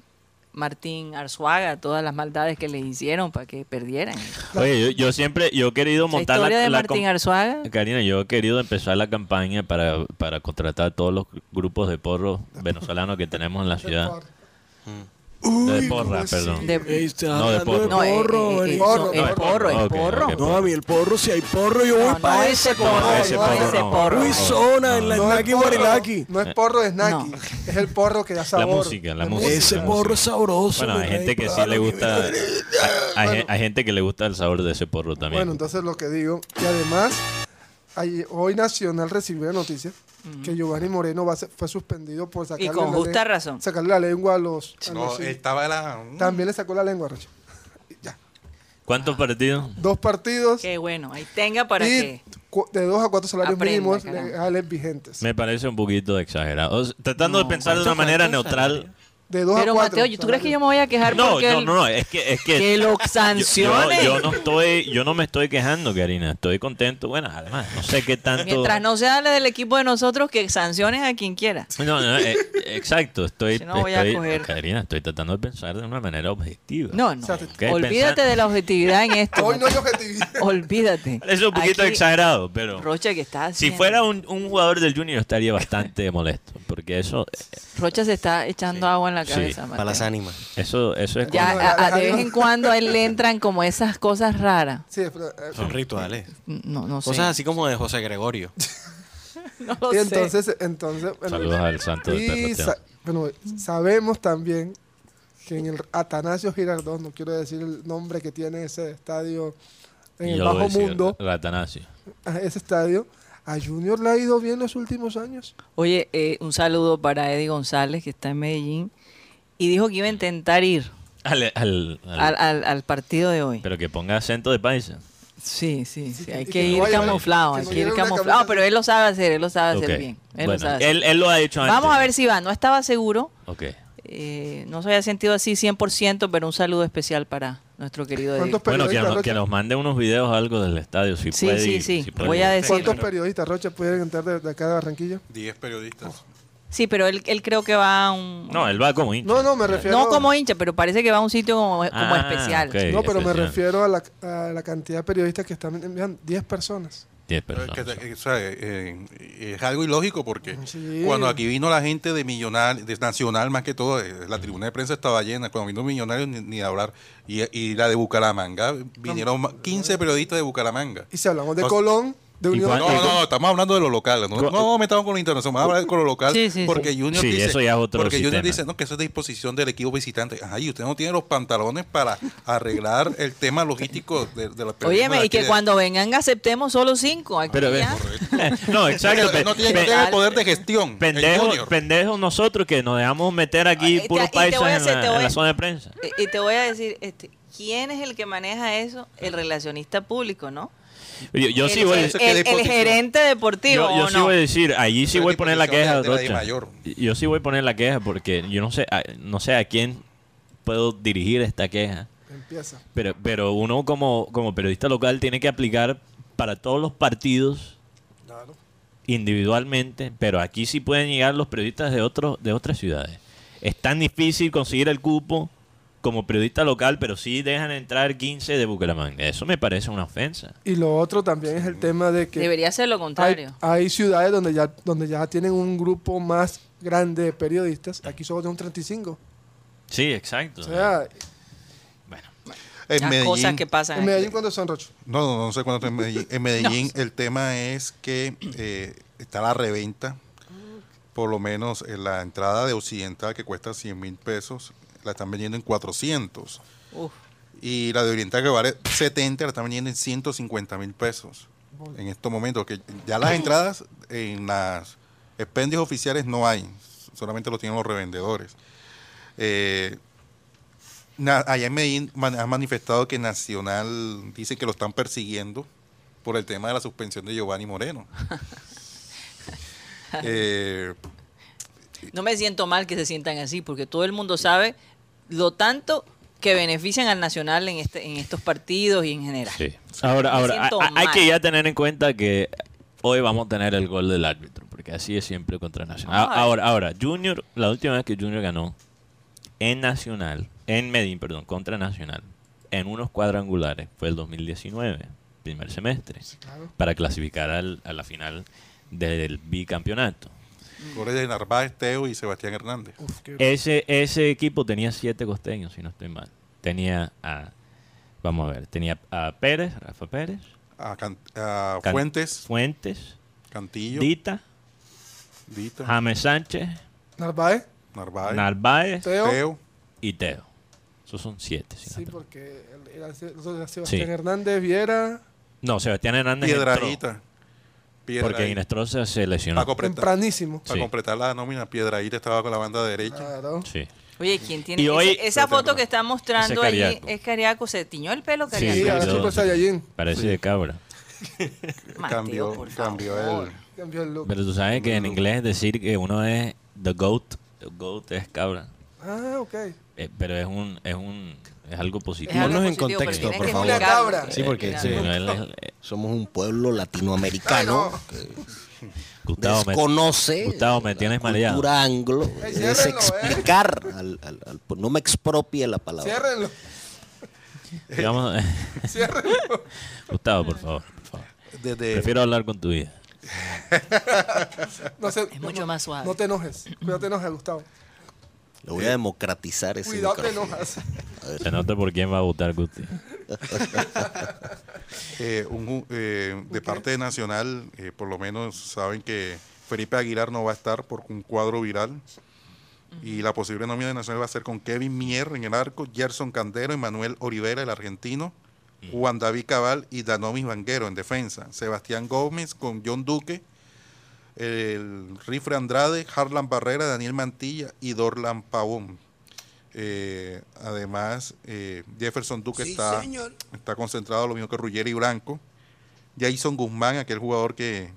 Speaker 2: Martín Arzuaga todas las maldades que les hicieron para que perdieran.
Speaker 3: Oye, yo, yo siempre yo he querido
Speaker 2: La
Speaker 3: montar la,
Speaker 2: historia de
Speaker 3: la
Speaker 2: Martín
Speaker 3: com-
Speaker 2: Arzuaga.
Speaker 3: Karina, yo he querido empezar la campaña para, para contratar a todos los grupos de porros venezolanos que tenemos en la ciudad. de porra,
Speaker 4: pues
Speaker 3: perdón.
Speaker 2: de-
Speaker 3: No, de porro.
Speaker 2: no, eh, eh, eh,
Speaker 4: Porro,
Speaker 2: no, el
Speaker 4: porro.
Speaker 2: porro, el
Speaker 3: Ok,
Speaker 2: porro.
Speaker 3: ok.
Speaker 5: No, a mí el porro, si hay porro, yo voy
Speaker 2: No,
Speaker 5: para
Speaker 2: no,
Speaker 5: ese porro.
Speaker 3: ese
Speaker 2: no,
Speaker 3: porro
Speaker 2: ese
Speaker 3: no.
Speaker 2: porro.
Speaker 5: Luis Zona, en la
Speaker 4: No es,
Speaker 5: Naki Guarilaki.
Speaker 4: porro, no es porro de Snacky,
Speaker 2: No.
Speaker 4: es el porro que da sabor.
Speaker 3: música, Eh, la
Speaker 4: Es
Speaker 3: música.
Speaker 5: Ese porro es sabroso.
Speaker 3: Bueno,
Speaker 5: mi
Speaker 3: hay
Speaker 5: rey,
Speaker 3: gente que sí
Speaker 5: claro,
Speaker 3: le
Speaker 5: mi
Speaker 3: gusta.
Speaker 5: vida.
Speaker 3: Hay, hay- hay gente que le gusta el sabor de ese porro también.
Speaker 4: Bueno, entonces lo que digo, y además, ayer- hoy Nacional recibió la noticia que Giovanni Moreno va a ser- fue suspendido por sacarle,
Speaker 2: con
Speaker 4: la
Speaker 2: justa
Speaker 4: le-
Speaker 2: razón.
Speaker 4: sacarle la lengua a los... a
Speaker 6: No,
Speaker 4: los-
Speaker 6: estaba la.
Speaker 4: También le sacó la lengua, Rocha.
Speaker 3: ¿Cuántos partidos?
Speaker 4: Dos partidos
Speaker 2: Qué bueno, ahí tenga para
Speaker 4: y
Speaker 2: que.
Speaker 4: cu- de dos a cuatro salarios
Speaker 2: Aprenda,
Speaker 4: mínimos
Speaker 2: caramba.
Speaker 4: legales vigentes.
Speaker 3: Me parece un poquito exagerado. O sea, tratando
Speaker 2: No,
Speaker 3: de pensar de una manera neutral.
Speaker 4: De dos
Speaker 2: Pero
Speaker 4: a cuatro.
Speaker 2: Mateo, ¿tú crees que yo
Speaker 4: salarios.
Speaker 2: me voy a quejar
Speaker 3: No,
Speaker 2: porque
Speaker 3: no,
Speaker 2: el-
Speaker 3: no, no, es que es que,
Speaker 2: que lo
Speaker 3: yo,
Speaker 2: sancionen?
Speaker 3: yo no estoy, yo no me estoy quejando, Karina. Estoy contento. Bueno, además, no sé qué tanto.
Speaker 2: Mientras no sea la del equipo de nosotros, que sanciones a quien quiera.
Speaker 3: No, no, eh, exacto. Estoy,
Speaker 2: Si no, voy a
Speaker 3: estoy-
Speaker 2: coger.
Speaker 3: Karina, estoy tratando de pensar de una manera objetiva.
Speaker 2: No, no.
Speaker 4: sea, te-
Speaker 3: ¿Qué?
Speaker 2: Olvídate
Speaker 3: Pensar-
Speaker 2: de la objetividad en esto.
Speaker 4: Hoy no
Speaker 2: <laughs>
Speaker 4: hay objetividad.
Speaker 2: Olvídate.
Speaker 3: Es un poquito
Speaker 2: Aquí,
Speaker 3: exagerado, pero
Speaker 2: Rocha que está
Speaker 3: si
Speaker 2: haciendo-
Speaker 3: fuera un, un jugador del Junior estaría bastante molesto, porque eso,
Speaker 2: Rocha se está echando agua en la
Speaker 3: Sí,
Speaker 2: cabeza, Mateo.
Speaker 5: Para las ánimas.
Speaker 3: eso, eso es.
Speaker 2: Ya
Speaker 4: No,
Speaker 2: a- a-
Speaker 4: las
Speaker 2: de vez
Speaker 4: ánimas.
Speaker 2: en cuando a él le entran como esas cosas raras.
Speaker 4: Sí, pero, eh,
Speaker 5: Son rituales.
Speaker 2: No, no sé.
Speaker 5: Cosas así como de José Gregorio.
Speaker 2: No lo
Speaker 4: y
Speaker 2: sé.
Speaker 4: entonces, entonces... bueno,
Speaker 3: Saludos al santo del
Speaker 4: Y
Speaker 3: perroteo.
Speaker 4: sa- bueno, sabemos también que en el Atanasio Girardot, no quiero decir el nombre que tiene ese estadio en
Speaker 3: Y
Speaker 4: el
Speaker 3: yo lo voy a
Speaker 4: bajo
Speaker 3: decir,
Speaker 4: mundo,
Speaker 3: Ratanasio.
Speaker 4: a ese estadio, a Junior le ha ido bien los últimos años.
Speaker 2: Oye, eh, un saludo para Eddie González, que está en Medellín, y dijo que iba a intentar ir
Speaker 3: Al- al- al-
Speaker 2: al, al- al partido de hoy.
Speaker 3: Pero que ponga acento de paisa.
Speaker 2: Sí, sí, sí, hay
Speaker 4: que-
Speaker 2: que
Speaker 4: que
Speaker 2: ir
Speaker 4: vaya-
Speaker 2: camuflado,
Speaker 4: que
Speaker 2: hay
Speaker 4: se
Speaker 2: que ir
Speaker 4: lleve una
Speaker 2: camuflado, Ah,
Speaker 4: camisa-
Speaker 2: pero él lo sabe hacer, él lo sabe hacer
Speaker 3: Ok.
Speaker 2: bien. Él lo
Speaker 3: Bueno,
Speaker 2: sabe hacer.
Speaker 3: él, él lo ha hecho antes.
Speaker 2: Vamos a ver si va, no estaba seguro,
Speaker 3: Ok.
Speaker 2: eh, no se había sentido así 100%, pero un saludo especial para nuestro querido Eddie.
Speaker 4: ¿Cuántos
Speaker 3: Bueno, que,
Speaker 4: periodistas,
Speaker 3: nos- que
Speaker 4: Rocha?
Speaker 3: nos mande unos videos o algo del estadio, si
Speaker 2: Sí,
Speaker 3: puede.
Speaker 2: sí,
Speaker 3: ir,
Speaker 2: sí.
Speaker 3: si puede
Speaker 2: Voy a
Speaker 3: ir.
Speaker 2: decir-
Speaker 4: ¿Cuántos
Speaker 2: pero-
Speaker 4: periodistas, Rocha, pueden entrar de, de acá de Barranquilla?
Speaker 6: 10 periodistas.
Speaker 2: Sí, pero él, él creo que va a un...
Speaker 3: No, él va como hincha.
Speaker 4: No, no, me refiero...
Speaker 2: No como hincha, pero parece que va a un sitio como, como
Speaker 3: Ah,
Speaker 2: especial.
Speaker 3: ok.
Speaker 4: No, pero me
Speaker 3: especial.
Speaker 4: refiero a la, a la cantidad de periodistas que están enviando, 10 personas.
Speaker 3: 10
Speaker 6: Pero es que
Speaker 3: personas.
Speaker 6: te- eh, o sea, eh, eh, es algo ilógico porque
Speaker 4: Mm, Sí.
Speaker 6: cuando aquí vino la gente de Millonarios, de Nacional más que todo, eh,
Speaker 4: Mm.
Speaker 6: la tribuna de prensa estaba llena. Cuando vino Millonarios ni, ni hablar. Y, y la de Bucaramanga, vinieron ma- 15 periodistas de Bucaramanga.
Speaker 4: Y si hablamos de
Speaker 6: O-
Speaker 4: Colón, de
Speaker 3: ¿Y
Speaker 4: Unión
Speaker 6: No,
Speaker 3: cuán-
Speaker 6: no, no, estamos hablando de lo local. No,
Speaker 3: Cu-
Speaker 6: no metamos con lo internacional, vamos a hablar con lo local.
Speaker 2: Sí, sí, sí.
Speaker 6: porque Junior
Speaker 3: Sí,
Speaker 6: dice,
Speaker 3: eso ya es otro
Speaker 6: Porque Junior
Speaker 3: sistema.
Speaker 6: dice, no, que eso es disposición del equipo visitante. Ay, usted no tiene los pantalones para arreglar el tema logístico de, de la
Speaker 2: Óyeme, y
Speaker 6: aquí
Speaker 2: que
Speaker 6: de-
Speaker 2: cuando vengan aceptemos solo cinco. aquí
Speaker 3: Pero ve-
Speaker 2: ya.
Speaker 3: <laughs> no, exacto.
Speaker 6: Porque
Speaker 3: pe-
Speaker 6: no tiene, no
Speaker 3: pe-
Speaker 6: tiene el poder de gestión. el
Speaker 3: Pendejos
Speaker 6: Junior.
Speaker 3: pendejos nosotros que nos dejamos meter aquí
Speaker 2: Ah, y
Speaker 3: puros
Speaker 2: te- y te voy a
Speaker 3: paisas en,
Speaker 2: hacer-
Speaker 3: la,
Speaker 2: te voy
Speaker 3: en la
Speaker 2: a-
Speaker 3: zona de prensa.
Speaker 2: Y, y te voy a decir, este, ¿quién es el que maneja eso? El relacionista público, ¿no?
Speaker 3: Yo, yo
Speaker 2: el,
Speaker 3: sí voy
Speaker 2: el-
Speaker 3: a
Speaker 6: Eso
Speaker 2: el,
Speaker 6: queda
Speaker 2: el
Speaker 6: disposición.
Speaker 2: gerente deportivo.
Speaker 3: yo, yo
Speaker 2: ¿o
Speaker 3: sí
Speaker 2: no?
Speaker 3: voy a decir, allí sí
Speaker 6: Pero
Speaker 3: voy a
Speaker 6: qué
Speaker 3: poner la
Speaker 6: posición
Speaker 3: queja,
Speaker 6: de la Liga
Speaker 3: Rocha.
Speaker 6: Mayor.
Speaker 3: Yo sí voy a poner la queja porque yo no sé, a- no sé a quién puedo dirigir esta queja.
Speaker 4: empieza.
Speaker 3: Pero, pero uno como, como periodista local tiene que aplicar para todos los partidos individualmente, pero aquí sí pueden llegar los periodistas de, otros de otras ciudades. Es tan difícil conseguir el cupo como periodista local, pero sí dejan entrar 15 de Bucaramanga. Eso me parece una ofensa.
Speaker 4: Y lo otro también es el tema de que
Speaker 2: Debería ser lo
Speaker 4: hay,
Speaker 2: contrario.
Speaker 4: hay ciudades donde ya, donde ya tienen un grupo más grande de periodistas. Aquí solo tenemos 35.
Speaker 3: Sí, exacto.
Speaker 4: O sea,
Speaker 3: bueno,
Speaker 6: En
Speaker 2: Las
Speaker 6: Medellín-
Speaker 2: cosas que pasan.
Speaker 4: en
Speaker 2: aquí.
Speaker 4: Medellín cuando son Rocho.
Speaker 6: No, no, no sé cuánto en Medellín.
Speaker 2: <laughs>
Speaker 6: En Medellín el tema es que eh, está la reventa, por lo menos en la entrada de Occidental que cuesta 100 mil pesos, la están vendiendo en 400.
Speaker 2: Uf.
Speaker 6: Y la de Oriental que vale 70, la están vendiendo en 150 mil pesos. En estos momentos, que ya las entradas en las expendios oficiales no hay, solamente lo tienen los revendedores. Eh, na- allá en Medellín man- han manifestado que Nacional dice que lo están persiguiendo por el tema de la suspensión de Giovanni Moreno. Eh,
Speaker 2: No me siento mal que se sientan así, porque todo el mundo sabe lo tanto que benefician al Nacional en, este, en estos partidos y en general.
Speaker 3: Sí. Ahora,
Speaker 2: Me
Speaker 3: ahora
Speaker 2: siento
Speaker 3: a- a- hay
Speaker 2: mal.
Speaker 3: que ya tener en cuenta que hoy vamos a tener el gol del árbitro, porque así es siempre contra Nacional.
Speaker 2: Vamos a ver.
Speaker 3: Ahora, ahora, Junior, la última vez que Junior ganó en Nacional, en Medellín, perdón, contra Nacional, en unos cuadrangulares, fue el 2019, primer semestre, para clasificar al- a la final del bicampeonato.
Speaker 6: goles de Narváez, Teo y Sebastián Hernández.
Speaker 4: Uf, qué-
Speaker 3: Ese, ese equipo tenía siete costeños, si no estoy mal. Tenía a, vamos a ver, tenía a Pérez, Rafa Pérez,
Speaker 6: A, Can- a
Speaker 3: Can-
Speaker 6: Fuentes,
Speaker 3: Fuentes,
Speaker 6: Cantillo,
Speaker 3: Dita,
Speaker 6: Dita,
Speaker 3: James Sánchez,
Speaker 4: Narváez,
Speaker 6: Narváez,
Speaker 3: Narváez
Speaker 4: Teo.
Speaker 6: Teo.
Speaker 3: y Teo. Esos son siete. si no
Speaker 4: Sí,
Speaker 3: estoy mal.
Speaker 4: porque el- era Se- era Sebastián
Speaker 3: Sí.
Speaker 4: Hernández, Viera,
Speaker 3: No, Sebastián Hernández entró,
Speaker 6: Piedraíta.
Speaker 3: porque
Speaker 6: Piedraíta.
Speaker 3: Inestrosa se lesionó.
Speaker 6: Para, completar-
Speaker 4: tempranísimo.
Speaker 6: para
Speaker 3: Sí.
Speaker 6: completar la nómina, Piedraíta estaba con la banda
Speaker 2: Ah,
Speaker 6: derecha.
Speaker 4: Claro.
Speaker 3: Sí.
Speaker 2: Oye, ¿quién tiene
Speaker 3: Y hoy-
Speaker 2: ese- esa foto que está mostrando
Speaker 3: Ese
Speaker 2: allí?
Speaker 3: Cariaco.
Speaker 2: Es Cariaco, se tiñó el pelo
Speaker 4: Sí,
Speaker 2: Cariaco.
Speaker 4: ahora
Speaker 3: cambió-
Speaker 4: sí, pues, Saiyajin.
Speaker 3: Parece de cabra.
Speaker 2: Mateo,
Speaker 6: cambió
Speaker 2: por favor.
Speaker 6: cambió el.
Speaker 4: Cambió el look.
Speaker 3: Pero tú sabes que en inglés decir que uno es the goat, the goat es cabra.
Speaker 4: Ah, ok.
Speaker 3: Eh, pero es un, es un, es algo
Speaker 2: Es
Speaker 3: positivo.
Speaker 2: algo
Speaker 5: Ponnos en
Speaker 2: positivo, pero
Speaker 5: contexto,
Speaker 2: tienes
Speaker 5: por
Speaker 2: que
Speaker 5: favor.
Speaker 2: explicarlo,
Speaker 4: Una cabra.
Speaker 2: porque-
Speaker 5: Sí, porque
Speaker 3: Sí,
Speaker 5: sí.
Speaker 3: no, él es-
Speaker 5: <laughs> Somos un pueblo latinoamericano que
Speaker 3: Gustavo, me-
Speaker 5: desconoce
Speaker 3: Gustavo, me
Speaker 5: la
Speaker 3: tienes
Speaker 5: cultura
Speaker 3: mareado.
Speaker 5: anglo.
Speaker 4: Ey,
Speaker 5: Es
Speaker 4: ciérrenlo, eh.
Speaker 5: explicar. al- al- al- no me expropie la palabra.
Speaker 4: Ciérrenlo. <laughs>
Speaker 3: digamos, <laughs> Gustavo, por favor, por favor.
Speaker 5: Eh.
Speaker 6: Desde,
Speaker 3: Prefiero hablar con tu vida.
Speaker 4: No sé,
Speaker 2: Es mucho más suave.
Speaker 4: No te enojes. Cuidado, te enojas, Gustavo.
Speaker 5: Lo voy a democratizar ese
Speaker 4: Cuidado, te
Speaker 5: micrófono.
Speaker 4: enojas.
Speaker 3: Se nota por quién va a votar Guti.
Speaker 6: eh, un ju- eh, de parte de Nacional, eh, por lo menos saben que Felipe Aguilar no va a estar por un cuadro viral. Y la posible nómina de Nacional va a ser con Kevin Mier en el arco, Gerson Candero, Emanuel Olivera, el argentino, Juan David Cabal y Danomis Vanguero en defensa, Sebastián Gómez con John Duque, el Rifre Andrade, Harlan Barrera, Daniel Mantilla y Dorlan Pavón. Eh, además, eh, Jefferson Duque está, está concentrado, lo mismo que Ruggeri Blanco. Jason Guzmán, aquel jugador que,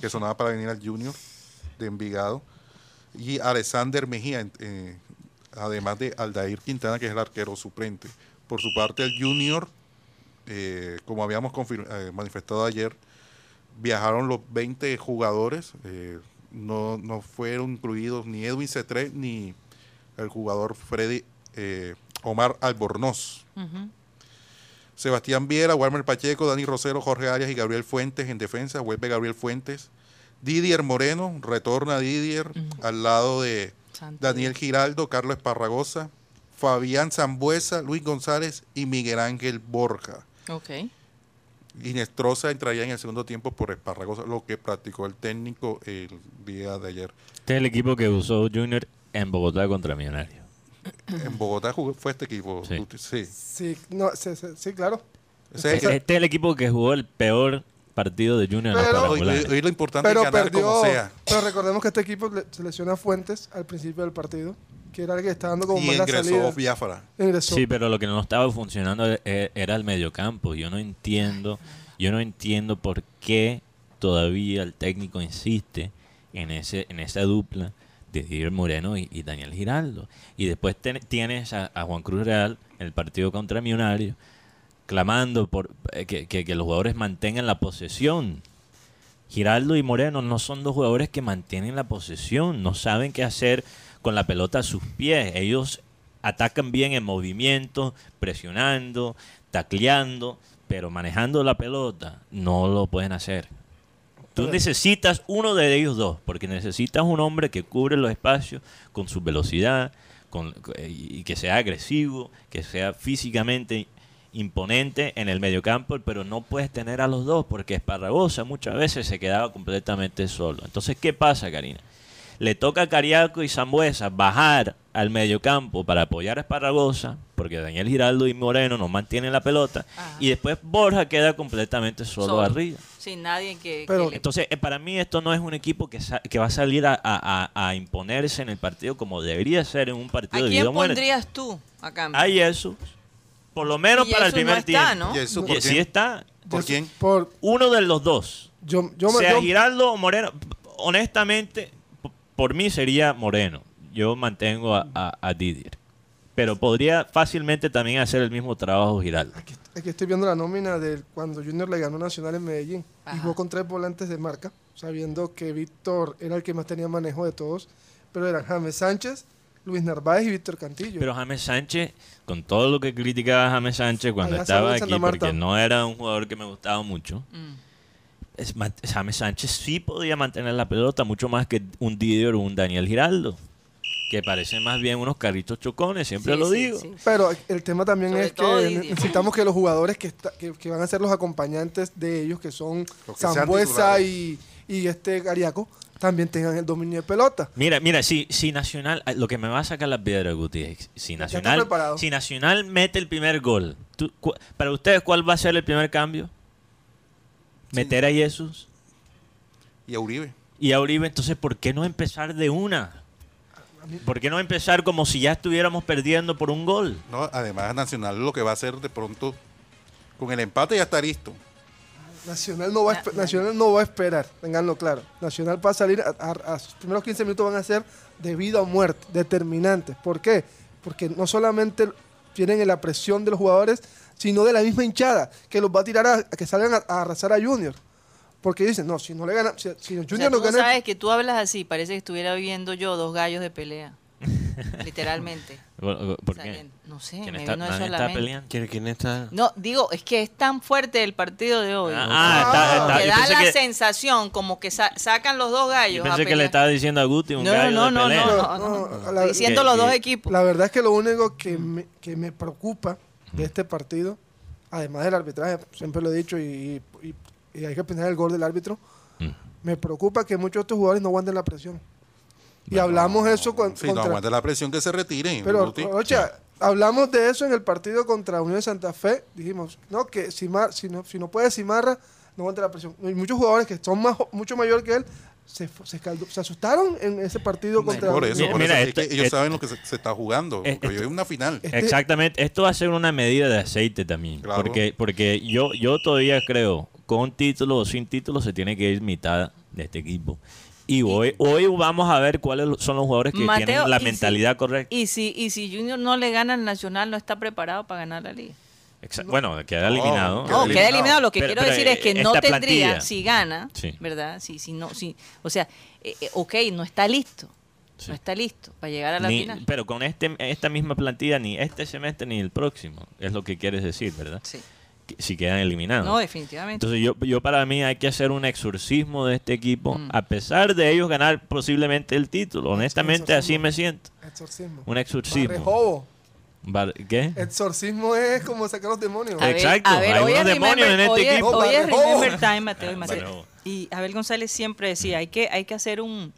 Speaker 6: que sonaba para venir al Junior de Envigado. Y Alexander Mejía, en- eh, además de Aldair Quintana, que es el arquero suplente. Por su parte, el Junior, eh, como habíamos confir- eh, manifestado ayer, viajaron los 20 jugadores. eh, no, no fueron incluidos ni Edwin Cetré ni el jugador Freddy eh, Omar Albornoz.
Speaker 2: Ujú.
Speaker 6: Sebastián Viera, Walmer Pacheco, Dani Rosero, Jorge Arias y Gabriel Fuentes en defensa. Vuelve Gabriel Fuentes. Didier Moreno, retorna Didier al lado de
Speaker 2: Santo
Speaker 6: Daniel Giraldo, Carlos Esparragosa, Fabián Zambuesa, Luis González y Miguel Ángel Borja.
Speaker 2: Ok.
Speaker 6: Inestrosa entraría en el segundo tiempo por Esparragosa, lo que practicó el técnico el día de ayer.
Speaker 3: Este es el equipo que usó Junior en Bogotá contra Millonarios.
Speaker 6: En Bogotá jugó- fue este equipo.
Speaker 3: Sí.
Speaker 6: Duty, Sí.
Speaker 4: Sí, no, sí, sí, sí, claro.
Speaker 6: Ese es el-
Speaker 3: Este es el equipo que jugó el peor partido de Junior en los
Speaker 4: Pero-
Speaker 6: hoy,
Speaker 3: cuadrangulares.
Speaker 6: hoy lo importante
Speaker 4: Pero
Speaker 6: es ganar
Speaker 4: perdió.
Speaker 6: como sea.
Speaker 4: Pero recordemos que este equipo le- se lesiona a Fuentes al principio del partido, que era el que está dando como
Speaker 6: Y
Speaker 4: más la
Speaker 6: ingresó
Speaker 4: salida.
Speaker 6: Biafra.
Speaker 4: Ingresó.
Speaker 3: Sí, pero lo que no estaba funcionando e- e- era el mediocampo. Yo no entiendo, yo no entiendo por qué todavía el técnico insiste en ese, en esa dupla de Didier Moreno y, y Daniel Giraldo. Y después ten- tienes a, a Juan Cruz Real en el partido contra Millonarios clamando por eh, que, que- que los jugadores mantengan la posesión. Giraldo y Moreno no son dos jugadores que mantienen la posesión, no saben qué hacer con la pelota a sus pies. Ellos atacan bien en movimiento, presionando, tacleando, pero manejando la pelota no lo pueden hacer. Tú necesitas uno de ellos dos, porque necesitas un hombre que cubre los espacios con su velocidad con- eh, y que sea agresivo, que sea físicamente imponente en el mediocampo, pero no puedes tener a los dos porque Esparragosa muchas veces se quedaba completamente solo. Entonces, ¿qué pasa, Karina? Le toca a Cariaco y Zambuesa bajar al mediocampo para apoyar a Esparragosa, porque Daniel Giraldo y Moreno no mantienen la pelota,
Speaker 2: Ajá.
Speaker 3: y después Borja queda completamente solo.
Speaker 2: Solo.
Speaker 3: arriba.
Speaker 2: Sin nadie que,
Speaker 4: Pero-
Speaker 2: que le-
Speaker 3: Entonces, eh, para mí esto no es un equipo que, sa- que va a salir a, a- a- a imponerse en el partido como debería ser en un
Speaker 2: ¿A
Speaker 3: partido de vida
Speaker 2: quién
Speaker 3: o muerte.
Speaker 2: pondrías tú a cambio?
Speaker 3: Hay eso, por lo menos
Speaker 2: Y
Speaker 3: para el
Speaker 2: Jesús
Speaker 3: primer
Speaker 2: no está,
Speaker 3: tiempo.
Speaker 2: ¿no?
Speaker 6: Jesús,
Speaker 3: Y
Speaker 6: ¿por
Speaker 3: sí
Speaker 6: quién?
Speaker 3: está
Speaker 6: ¿Por
Speaker 4: Yo-
Speaker 6: quién?
Speaker 4: Por,
Speaker 3: uno de los dos,
Speaker 4: yo, yo me-
Speaker 3: sea
Speaker 4: yo-
Speaker 3: Giraldo o Moreno. Honestamente, p- por mí sería Moreno. Yo mantengo a, a- a Didier. Pero podría fácilmente también hacer el mismo trabajo Giraldo.
Speaker 4: Aquí estoy viendo la nómina de cuando Junior le ganó Nacional en Medellín.
Speaker 2: Ajá.
Speaker 4: Y jugó con tres volantes de marca, sabiendo que Víctor era el que más tenía manejo de todos. Pero eran James Sánchez, Luis Narváez y Víctor Cantillo.
Speaker 3: Pero James Sánchez, con todo lo que criticaba James Sánchez cuando
Speaker 4: Allá
Speaker 3: estaba
Speaker 4: saludos,
Speaker 3: aquí,
Speaker 4: Santa Marta.
Speaker 3: porque no era un jugador que me gustaba mucho,
Speaker 2: Mm.
Speaker 3: es ma- James Sánchez sí podía mantener la pelota mucho más que un Didier o un Daniel Giraldo, que parecen más bien unos carritos chocones, siempre
Speaker 2: Sí,
Speaker 3: lo
Speaker 2: sí,
Speaker 3: digo.
Speaker 2: sí.
Speaker 4: Pero el tema también
Speaker 2: Sobre
Speaker 4: es que
Speaker 2: todo Didi.
Speaker 4: necesitamos que los jugadores que, está- que, que van a ser los acompañantes de ellos, que son
Speaker 6: Los que sean
Speaker 4: Zambuesa
Speaker 6: titulares.
Speaker 4: y, y este Gariaco, también tengan el dominio de pelota.
Speaker 3: Mira, mira, si, si Nacional, ah, lo que me va a sacar la piedra, Guti, es si
Speaker 4: está
Speaker 3: Nacional,
Speaker 4: preparado.
Speaker 3: si Nacional mete el primer gol, tú- cu- para ustedes, ¿cuál va a ser el primer cambio? ¿Meter a Jesús?
Speaker 6: Y a Uribe.
Speaker 3: Y a Uribe, entonces, ¿por qué no empezar de una? ¿Por qué no empezar como si ya estuviéramos perdiendo por un gol?
Speaker 6: No, además, Nacional lo que va a hacer de pronto, con el empate ya está listo.
Speaker 4: Nacional no va a, espe- Nacional no va a esperar, tenganlo claro. Nacional va a salir, a, a- a sus primeros 15 minutos van a ser de vida o muerte, determinantes. ¿Por qué? Porque no solamente tienen la presión de los jugadores, sino de la misma hinchada, que los va a tirar a, a que salgan a, a arrasar a Junior. Porque dicen, no, si no le gana, si, si Junior
Speaker 2: O sea,
Speaker 4: no
Speaker 2: tú no
Speaker 4: gana...
Speaker 2: sabes que tú hablas así, parece que estuviera viendo yo dos gallos de
Speaker 4: <laughs>
Speaker 2: pelea. Literalmente.
Speaker 3: ¿Por
Speaker 2: O
Speaker 3: por
Speaker 2: sea,
Speaker 3: qué?
Speaker 2: que No sé,
Speaker 3: ¿Quién
Speaker 2: me
Speaker 3: está,
Speaker 2: vino eso
Speaker 3: nadie
Speaker 2: a la
Speaker 3: está
Speaker 2: mente.
Speaker 3: peleando?
Speaker 5: ¿Quién, quién está?
Speaker 2: No, digo, es que es tan fuerte el partido de hoy.
Speaker 3: Ah,
Speaker 4: ah, está-
Speaker 2: que
Speaker 3: está- yo
Speaker 2: da
Speaker 3: pensé
Speaker 2: la
Speaker 3: que-
Speaker 2: sensación como que sa- sacan los dos gallos. a
Speaker 3: Yo pensé que le
Speaker 2: pelear.
Speaker 3: estaba diciendo a Guti un
Speaker 2: No,
Speaker 3: gallo
Speaker 2: no,
Speaker 3: de
Speaker 2: no,
Speaker 3: pelea.
Speaker 2: no, no,
Speaker 4: No, no,
Speaker 2: no.
Speaker 4: la-
Speaker 2: Estoy diciendo los
Speaker 3: que-
Speaker 2: dos
Speaker 3: que-
Speaker 2: equipos.
Speaker 4: La verdad es que lo único que me, que me preocupa de este partido, además del arbitraje, siempre lo he dicho y, y- y hay que pensar el gol del árbitro,
Speaker 3: Mm.
Speaker 4: me preocupa que muchos de estos jugadores no aguanten la presión. y hablamos eso con,
Speaker 6: Si no
Speaker 4: contra-
Speaker 6: aguanta la presión que se retiren.
Speaker 4: Pero,
Speaker 6: Guti.
Speaker 4: Rocha, hablamos de eso en el partido contra Unión de Santa Fe. Dijimos, no, que Cimar- si, no, si no puede Cimarra, no aguanta la presión. Hay muchos jugadores que son más, jo- mucho mayor que él. Se, fu- se, escaldó- se asustaron en ese partido contra
Speaker 6: Por eso,
Speaker 3: Mira,
Speaker 6: por
Speaker 3: mira,
Speaker 6: eso, es
Speaker 3: este-
Speaker 6: que ellos
Speaker 3: este-
Speaker 6: saben lo que se, se está jugando.
Speaker 3: Eh,
Speaker 6: Porque hoy es una final.
Speaker 4: Eh,
Speaker 3: Exactamente, esto va a ser una medida de aceite también,
Speaker 6: Claro.
Speaker 3: porque porque yo yo todavía creo con título o sin título se tiene que ir mitad de este equipo. Y hoy hoy vamos a ver cuáles son los jugadores que
Speaker 2: Mateo,
Speaker 3: tienen la
Speaker 2: y si-
Speaker 3: mentalidad correcta.
Speaker 2: Y si, y si Junior no le gana al Nacional, no está preparado para ganar la liga.
Speaker 3: Exa- bueno, queda eliminado.
Speaker 6: No,
Speaker 2: No,
Speaker 6: Oh, Queda
Speaker 2: queda
Speaker 6: eliminado.
Speaker 2: eliminado. Lo que
Speaker 3: Pero-
Speaker 2: quiero
Speaker 3: pero,
Speaker 2: decir es que
Speaker 3: eh,
Speaker 2: no
Speaker 3: esta
Speaker 2: tendría,
Speaker 3: plantilla.
Speaker 2: si gana,
Speaker 3: Sí.
Speaker 2: ¿verdad? Si, si no, si, o sea, eh, eh, ok, no está listo.
Speaker 3: Sí.
Speaker 2: No está listo para llegar a la
Speaker 3: Ni-
Speaker 2: final.
Speaker 3: pero con este, esta misma plantilla, ni este semestre ni el próximo, es lo que quieres decir, ¿verdad?
Speaker 2: Sí.
Speaker 3: si quedan eliminados.
Speaker 2: No, definitivamente.
Speaker 3: Entonces yo, yo para mí hay que hacer un exorcismo de este equipo,
Speaker 2: Mm.
Speaker 3: a pesar de ellos ganar posiblemente el título. Honestamente así
Speaker 4: Exorcismo.
Speaker 3: me siento.
Speaker 4: Exorcismo.
Speaker 3: Un
Speaker 4: Barre
Speaker 3: exorcismo.
Speaker 4: jobo.
Speaker 3: Bar- ¿Qué?
Speaker 4: Exorcismo es como sacar los demonios.
Speaker 2: A ver,
Speaker 3: Exacto,
Speaker 2: a ver,
Speaker 3: hay
Speaker 2: hoy
Speaker 3: unos
Speaker 2: es
Speaker 3: demonios en
Speaker 2: remember-
Speaker 3: este
Speaker 2: hoy es-
Speaker 3: equipo.
Speaker 2: hoy es
Speaker 4: Vale,
Speaker 2: remember
Speaker 4: oh.
Speaker 2: time, Mateo y Mateo.
Speaker 3: Bueno.
Speaker 2: Y Abel González siempre
Speaker 3: Mm.
Speaker 2: decía, hay que, hay que hacer un,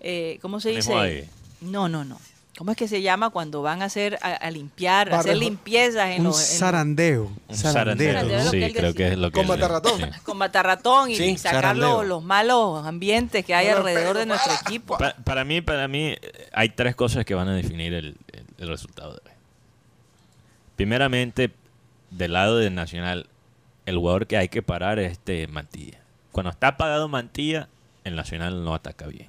Speaker 2: eh, ¿cómo se
Speaker 3: Un enjuague.
Speaker 2: dice? No, no, no. ¿Cómo es que se llama cuando van a hacer, a, a limpiar, a
Speaker 4: Barre-
Speaker 2: hacer limpiezas en
Speaker 7: Un
Speaker 2: los... en los-
Speaker 7: zarandeo.
Speaker 3: Un
Speaker 7: zarandeo.
Speaker 2: Zarandeo.
Speaker 3: Sí,
Speaker 2: Lo que él
Speaker 3: creo que
Speaker 2: decía.
Speaker 3: es lo que...
Speaker 4: Con
Speaker 3: él-
Speaker 4: matarratón.
Speaker 3: sí.
Speaker 2: con matarratón y,
Speaker 5: Sí,
Speaker 2: y sacar
Speaker 5: zarandeo.
Speaker 2: los, los malos ambientes que hay
Speaker 4: Hola,
Speaker 2: alrededor de
Speaker 4: Pedro.
Speaker 2: nuestro
Speaker 4: Hola.
Speaker 2: equipo.
Speaker 3: Pa- para mí, para mí, eh, hay tres cosas que van a definir el, el- el resultado de hoy. Primeramente, del lado de Nacional, el jugador que hay que parar es este Mantilla. Cuando está apagado Mantilla, el Nacional no ataca bien.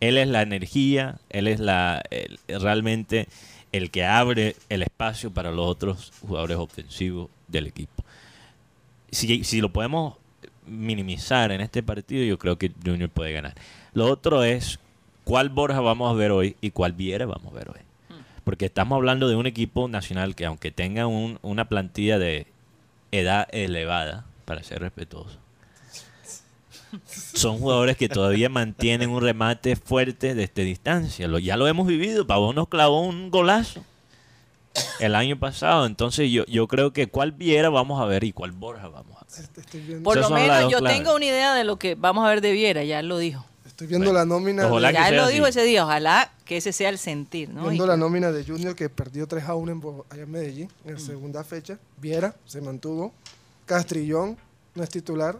Speaker 3: Él es la energía, él es la el- realmente el que abre el espacio para los otros jugadores ofensivos del equipo. Si, si lo podemos minimizar en este partido, yo creo que Junior puede ganar. Lo otro es cuál Borja vamos a ver hoy y cuál Viera vamos a ver hoy. Porque estamos hablando de un equipo nacional que aunque tenga un- una plantilla de edad elevada, para ser respetuoso, son jugadores que todavía mantienen un remate fuerte desde distancia. Lo- ya lo hemos vivido. Pavón nos clavó un golazo el año pasado. Entonces yo, yo creo que cuál Viera vamos a ver y cuál Borja vamos a ver.
Speaker 4: Este, Estoy viendo,
Speaker 2: Por
Speaker 3: Esas
Speaker 2: lo
Speaker 3: son las
Speaker 2: menos
Speaker 3: dos
Speaker 2: yo
Speaker 3: claves.
Speaker 2: tengo una idea de lo que vamos a ver de Viera, ya él lo dijo.
Speaker 4: estoy viendo
Speaker 3: Bueno,
Speaker 4: la nómina. de-
Speaker 3: ojalá que
Speaker 2: ya él
Speaker 3: sea
Speaker 2: lo
Speaker 3: así.
Speaker 2: dijo ese día, ojalá que ese sea el sentir, ¿no? Mm.
Speaker 4: Viendo
Speaker 2: Y-
Speaker 4: la nómina de Junior que perdió 3 a 1 en, Bo- allá en Medellín en la segunda fecha. Viera se mantuvo. Castrillón no es titular.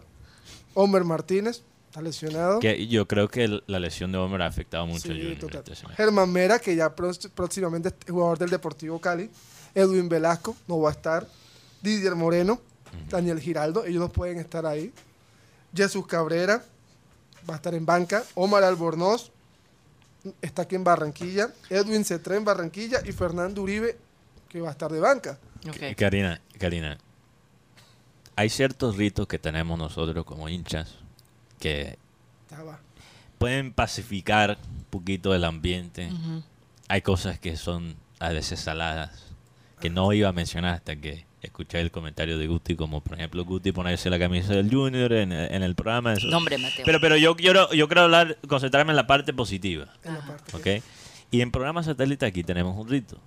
Speaker 4: Homer Martínez está lesionado.
Speaker 3: Que yo creo que el- la lesión de Homer ha afectado mucho
Speaker 4: Sí,
Speaker 3: a Junior este
Speaker 4: total.
Speaker 3: esta semana.
Speaker 4: Germán Mera, que ya pros- próximamente es jugador del Deportivo Cali. Edwin Velasco no va a estar. Didier Moreno, Daniel Giraldo, ellos no pueden estar ahí. Jesús Cabrera va a estar en banca. Omar Albornoz está aquí en Barranquilla. Edwin Cetré en Barranquilla y Fernando Uribe, que va a estar de banca.
Speaker 3: Y
Speaker 2: Ok.
Speaker 3: Eh, Karina, Karina, hay ciertos ritos que tenemos nosotros como hinchas que
Speaker 4: Ya va.
Speaker 3: pueden pacificar un poquito el ambiente.
Speaker 2: Ujú.
Speaker 3: Hay cosas que son a veces saladas, que no iba a mencionar hasta que escuché el comentario de Guti, como por ejemplo Guti ponerse la camisa del Junior en, en el programa. eso.
Speaker 2: No, hombre, Mateo.
Speaker 3: pero pero yo quiero, yo quiero hablar, concentrarme en la parte positiva.
Speaker 4: En la parte.
Speaker 3: ¿ok? Y en programa satélite aquí tenemos un rito.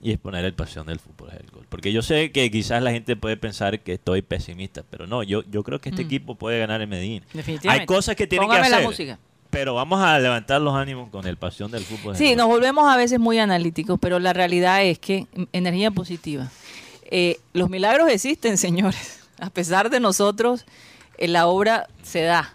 Speaker 3: Y es poner el pasión del fútbol al gol. Porque yo sé que quizás la gente puede pensar que estoy pesimista, pero no, yo, yo creo que este
Speaker 2: Mm.
Speaker 3: equipo puede ganar en Medellín.
Speaker 2: Definitivamente.
Speaker 3: Hay cosas que tienen
Speaker 2: Póngame
Speaker 3: que
Speaker 2: la
Speaker 3: hacer.
Speaker 2: música.
Speaker 3: Pero vamos a levantar los ánimos con el pasión del fútbol.
Speaker 2: Sí,
Speaker 3: no
Speaker 2: nos volvemos a veces muy analíticos, pero la realidad es que mm, energía positiva. Eh, los milagros existen, <laughs> señores. A pesar de nosotros, eh, la obra se da.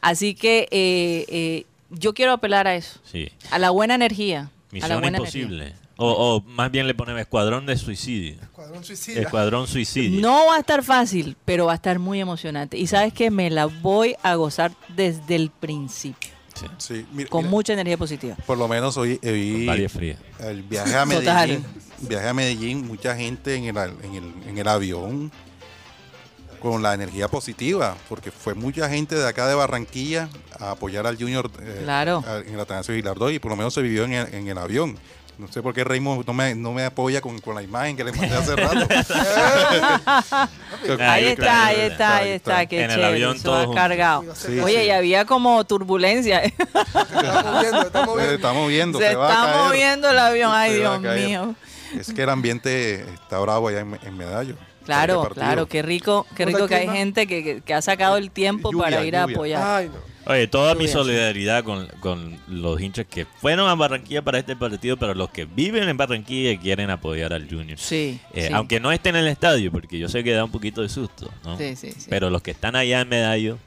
Speaker 2: Así que eh, eh, yo quiero apelar a eso,
Speaker 3: Sí.
Speaker 2: a la buena energía. a la
Speaker 3: Misión
Speaker 2: buena
Speaker 3: imposible. O, o más bien le ponemos escuadrón de suicidio.
Speaker 4: Cuadrón suicida.
Speaker 3: Escuadrón suicidio.
Speaker 2: energía. No va a estar fácil, pero va a estar muy emocionante. Y sabes que me la voy a gozar desde el principio,
Speaker 3: Sí.
Speaker 6: Sí, mira,
Speaker 2: con
Speaker 6: mira,
Speaker 2: mucha energía positiva.
Speaker 6: por lo menos hoy eh, vi
Speaker 3: Varia fría.
Speaker 6: el viaje a
Speaker 2: Total.
Speaker 6: Medellín. Viaje a Medellín, mucha gente en el, al- en el, en el avión con la energía positiva, porque fue mucha gente de acá de Barranquilla a apoyar al Junior eh,
Speaker 2: Claro.
Speaker 6: a- en el Atanasio Girardot y por lo menos se vivió en el, en el avión. No sé por qué Raymond no me, no me apoya con, con la imagen que le mandé hace rato. <laughs>
Speaker 2: Ahí está, ahí está, ahí está, qué
Speaker 3: En el
Speaker 2: chévere,
Speaker 3: avión
Speaker 2: eso
Speaker 3: todos
Speaker 2: va
Speaker 3: juntos.
Speaker 2: cargado.
Speaker 6: Sí,
Speaker 2: Oye,
Speaker 6: sí.
Speaker 2: y había como
Speaker 6: <laughs>
Speaker 2: turbulencia.
Speaker 4: <laughs> Estamos viendo,
Speaker 3: <laughs>
Speaker 4: estamos
Speaker 6: Se
Speaker 4: viendo.
Speaker 6: está moviendo,
Speaker 2: se
Speaker 6: se, va a
Speaker 2: está
Speaker 6: caer.
Speaker 2: moviendo el avión, ay
Speaker 6: Se va a
Speaker 2: Dios
Speaker 6: caer.
Speaker 2: mío.
Speaker 6: Es que el ambiente está bravo allá en, en Medallo.
Speaker 2: Claro,
Speaker 6: Este partido.
Speaker 2: claro, qué rico, qué rico que hay
Speaker 4: clima.
Speaker 2: gente que, que- que ha sacado el tiempo
Speaker 6: Lluvia,
Speaker 2: para ir a
Speaker 6: lluvia.
Speaker 2: apoyar.
Speaker 4: Ay, no.
Speaker 3: Oye, toda mi
Speaker 2: Lluvia, sí.
Speaker 3: solidaridad con, con los hinchas que fueron a Barranquilla para este partido, pero los que viven en Barranquilla y quieren apoyar al Junior.
Speaker 2: Sí,
Speaker 3: Eh,
Speaker 2: sí.
Speaker 3: Aunque no estén en el estadio, porque yo sé que da un poquito de susto,
Speaker 6: Ah.
Speaker 3: ¿no?
Speaker 2: Sí, sí, sí.
Speaker 3: Pero los que están allá en Medallo,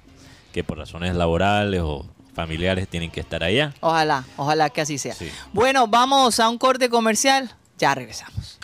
Speaker 3: que por razones laborales o familiares tienen que estar allá.
Speaker 2: Ojalá, ojalá que así sea.
Speaker 3: Sí.
Speaker 2: Bueno, vamos a un corte comercial, ya regresamos.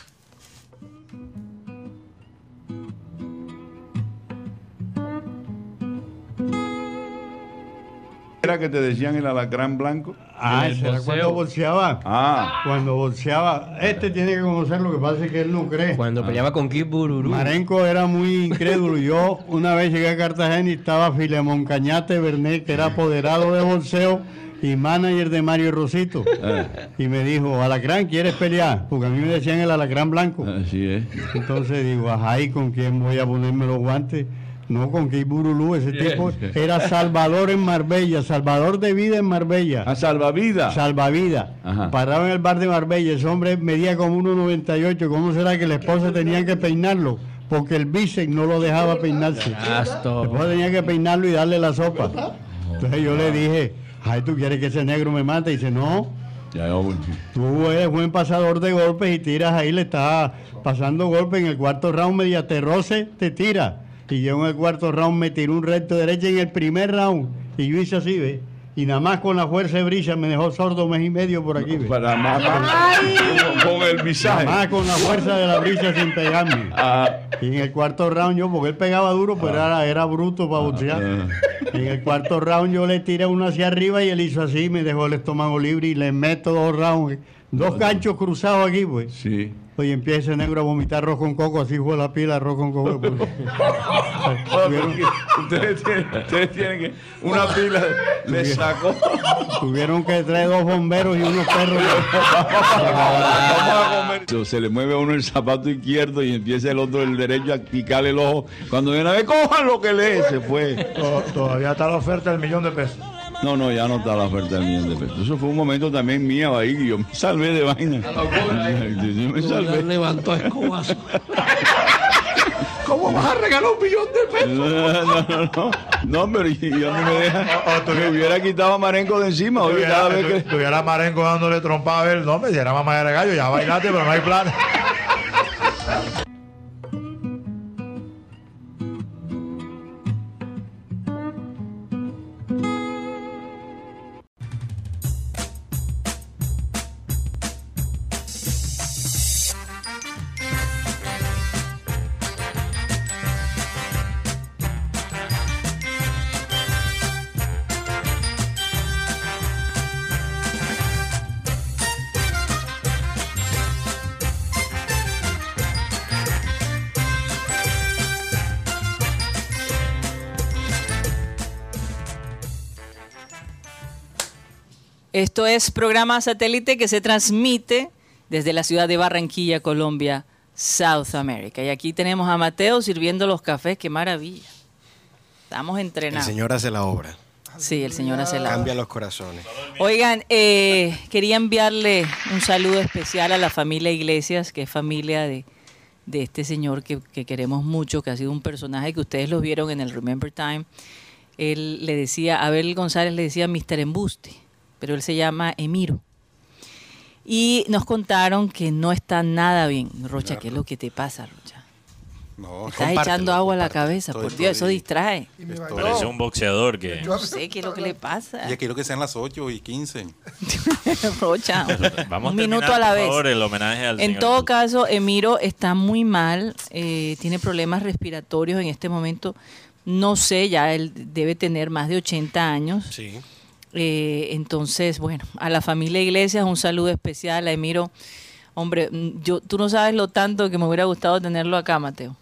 Speaker 8: era que te decían el alacrán blanco?
Speaker 9: Ah, ese era cuando bolseaba.
Speaker 8: Ah,
Speaker 9: Cuando bolseaba. Este tiene que conocer lo que pasa es que él no cree.
Speaker 8: Ah.
Speaker 10: Cuando peleaba con Kid Bururu.
Speaker 9: Marenco era muy incrédulo. Yo una vez llegué a Cartagena y estaba Filemón Cañate Bernet, que era apoderado de bolseo, y manager de Mario Rosito.
Speaker 8: Ah,
Speaker 9: Y me dijo, Alacrán, ¿quieres pelear? Porque a mí me decían el Alacrán Blanco.
Speaker 8: así es.
Speaker 9: Entonces digo, ajá, ¿y con quién voy a ponerme los guantes? No, con Burulú, ese tipo era Salvador en Marbella, Salvador de vida en Marbella,
Speaker 8: A salvavidas.
Speaker 9: salvavidas.
Speaker 8: Ah, Ajá.
Speaker 9: Parado en el bar de Marbella, ese hombre medía como 1,98. ¿Cómo será que la esposa tenía que peinarlo? Porque el bíceps no lo dejaba peinarse.
Speaker 7: Gasto.
Speaker 9: Después tenía que peinarlo y darle la sopa. Entonces yo le dije, ay, ¿tú quieres que ese negro me mate? Y dice, no,
Speaker 8: Ya, ya, bueno.
Speaker 9: Tú eres buen pasador de golpes y tiras ahí, le estás pasando golpes en el cuarto round, media roce, te tira. Y yo en el cuarto round me tiró un recto derecho en el primer round. Y yo hice así, ¿ves? Y nada más con la fuerza de brisa me dejó sordo mes y medio por aquí, ¿ves?
Speaker 8: Para más, con, con el
Speaker 9: Nada
Speaker 8: visaje.
Speaker 9: más con la fuerza de
Speaker 8: <laughs>
Speaker 9: la brisa sin pegarme.
Speaker 8: Ah,
Speaker 9: Y en el cuarto round yo, porque él pegaba duro, pero era, era bruto para boxear.
Speaker 8: ah.
Speaker 9: En el cuarto round yo le tiré uno hacia arriba y él hizo así, me dejó el estómago libre y le meto dos rounds. Dos ganchos cruzados aquí, pues.
Speaker 8: Ah. sí.
Speaker 9: Oye, empieza ese negro a vomitar arroz con coco, así fue la pila, arroz con coco.
Speaker 8: <laughs>
Speaker 9: pues. le puso. tuvieron,
Speaker 8: Ustedes tienen, ustedes tienen que. Una pila le sacó.
Speaker 9: tuvieron que traer dos bomberos y unos perros.
Speaker 8: <laughs> Vamos a comer. Entonces, Se le mueve a uno el zapato izquierdo y empieza el otro, el derecho, a picarle el ojo. Cuando viene a ver, cojan lo que lee, se fue.
Speaker 10: Todavía está la oferta del millón de pesos.
Speaker 8: No, no, ya no está la oferta del millón de pesos. Eso fue un momento también mío ahí, que yo me salvé de vaina. Yo me salvé.
Speaker 7: Levantó escobazo. ¿Cómo vas a regalar un millón de pesos?
Speaker 8: No, no, no, no, no, pero yo no me deja. Me hubiera quitado a Marenco de encima. Oye, cada vez que.
Speaker 10: Tuviera Marenco dándole trompa a ver, no, me diera mamá de gallo, ya bailaste, pero no hay plata.
Speaker 2: Esto es programa satélite que se transmite desde la ciudad de Barranquilla, Colombia, South America. Y aquí tenemos a Mateo sirviendo los cafés, qué maravilla. Estamos
Speaker 5: El
Speaker 2: entrenados.
Speaker 5: señor hace la obra.
Speaker 2: Sí, el señor hace la
Speaker 5: Cambia los corazones.
Speaker 2: Oigan, eh, quería enviarle un saludo especial a la familia Iglesias, que es familia de, de este señor que, que queremos mucho, que ha sido un personaje que ustedes lo vieron en el Remember Time. Él le decía, Abel González le decía Mr. Embuste, pero él se llama Emiro. Y nos contaron que no está nada bien. Rocha, ¿qué es lo que te pasa, Rocha?
Speaker 5: No,
Speaker 2: Estás
Speaker 5: compártelo,
Speaker 2: echando agua a la
Speaker 5: compártelo.
Speaker 2: cabeza,
Speaker 5: Estoy-
Speaker 2: por Dios, eso
Speaker 5: estoy-
Speaker 2: distrae.
Speaker 4: Y me
Speaker 5: Esto
Speaker 4: bailó.
Speaker 3: Parece un boxeador que...
Speaker 4: Yo-
Speaker 2: No sé qué es lo que le pasa.
Speaker 6: <laughs> Y quiero que sean las 8 y 15.
Speaker 2: Rocha,
Speaker 3: Vamos
Speaker 2: un
Speaker 3: terminar,
Speaker 2: minuto a la
Speaker 3: por
Speaker 2: vez.
Speaker 3: favor, el homenaje al
Speaker 2: En
Speaker 3: señor
Speaker 2: todo
Speaker 3: Cruz.
Speaker 2: caso, Emiro está muy mal, eh, tiene problemas respiratorios en este momento. No sé, ya él debe tener más de 80 años.
Speaker 5: Sí.
Speaker 2: Eh, entonces, bueno, a la familia Iglesias un saludo especial. A Emiro, hombre, mm, yo, tú no sabes lo tanto que me hubiera gustado tenerlo acá, Mateo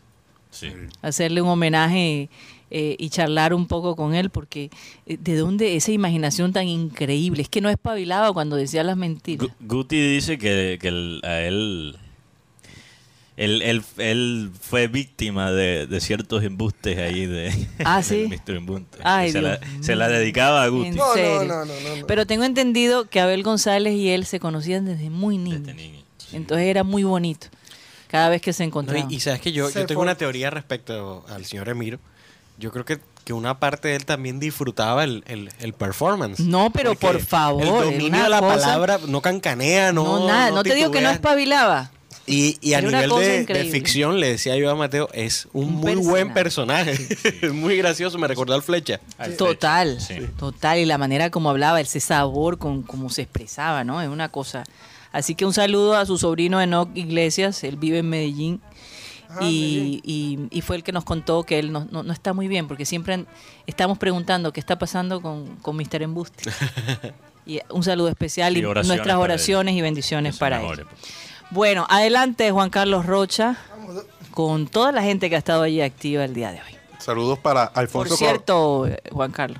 Speaker 3: Sí.
Speaker 2: hacerle un homenaje eh, y charlar un poco con él, porque eh, de dónde esa imaginación tan increíble. Es que no espabilaba cuando decía las mentiras.
Speaker 3: Gu- Guti dice que, que el- a él, él, él- él fue víctima de, de ciertos embustes ahí de
Speaker 2: Ah,
Speaker 3: <laughs> del
Speaker 2: sí.
Speaker 3: Mr. Embuste.
Speaker 2: Ay,
Speaker 3: Y se, la,
Speaker 2: Dios
Speaker 3: se la
Speaker 2: mío.
Speaker 3: dedicaba a Guti
Speaker 2: En
Speaker 4: No, no,
Speaker 2: serio.
Speaker 4: no, no, no, no.
Speaker 2: Pero tengo entendido que Abel González y él se conocían desde muy niño.
Speaker 3: desde este niño.
Speaker 2: Entonces era muy bonito cada vez que se
Speaker 5: No, y,
Speaker 2: encontraban.
Speaker 5: y sabes que yo,
Speaker 4: Se
Speaker 5: yo tengo
Speaker 4: for-
Speaker 5: una teoría respecto al señor Emiro. Yo creo que, que una parte de él también disfrutaba el, el- el performance.
Speaker 2: No, pero
Speaker 5: Porque
Speaker 2: por favor,
Speaker 5: El
Speaker 2: era
Speaker 5: dominio
Speaker 2: una
Speaker 5: de la
Speaker 2: cosa-
Speaker 5: palabra no cancanea, no.
Speaker 2: no, nada, no te digo que no
Speaker 5: titubea.
Speaker 2: espabilaba.
Speaker 5: Y, y a
Speaker 2: Era una
Speaker 5: nivel
Speaker 2: cosa
Speaker 5: de- de,
Speaker 2: increíble.
Speaker 5: ficción, le decía yo a Mateo, es un,
Speaker 2: Un
Speaker 5: muy buen personaje. <laughs> Es muy gracioso, me recordó al Flecha.
Speaker 3: Al pecho,
Speaker 2: Total,
Speaker 3: sí.
Speaker 2: total. Y la manera como hablaba, ese sabor, con cómo se expresaba, ¿no? Es una cosa. Así que un saludo a su sobrino Enoch Iglesias, él vive en Medellín.
Speaker 4: Ah,
Speaker 2: Y, y- y fue el que nos contó que él no, no- no está muy bien, porque siempre en- estamos preguntando qué está pasando con, con Mr.
Speaker 3: <laughs>
Speaker 2: Embuste. y un saludo especial y,
Speaker 3: Y oraciones
Speaker 2: nuestras
Speaker 3: para él.
Speaker 2: oraciones y bendiciones
Speaker 3: Que se
Speaker 2: para
Speaker 3: mejore,
Speaker 2: él.
Speaker 3: pues.
Speaker 2: Bueno, adelante Juan Carlos Rocha,
Speaker 4: Vamos,
Speaker 2: con toda la gente que ha estado allí activa el día de hoy.
Speaker 6: Saludos para Alfonso
Speaker 2: Por
Speaker 6: Cor-
Speaker 2: cierto, eh, Juan Carlos,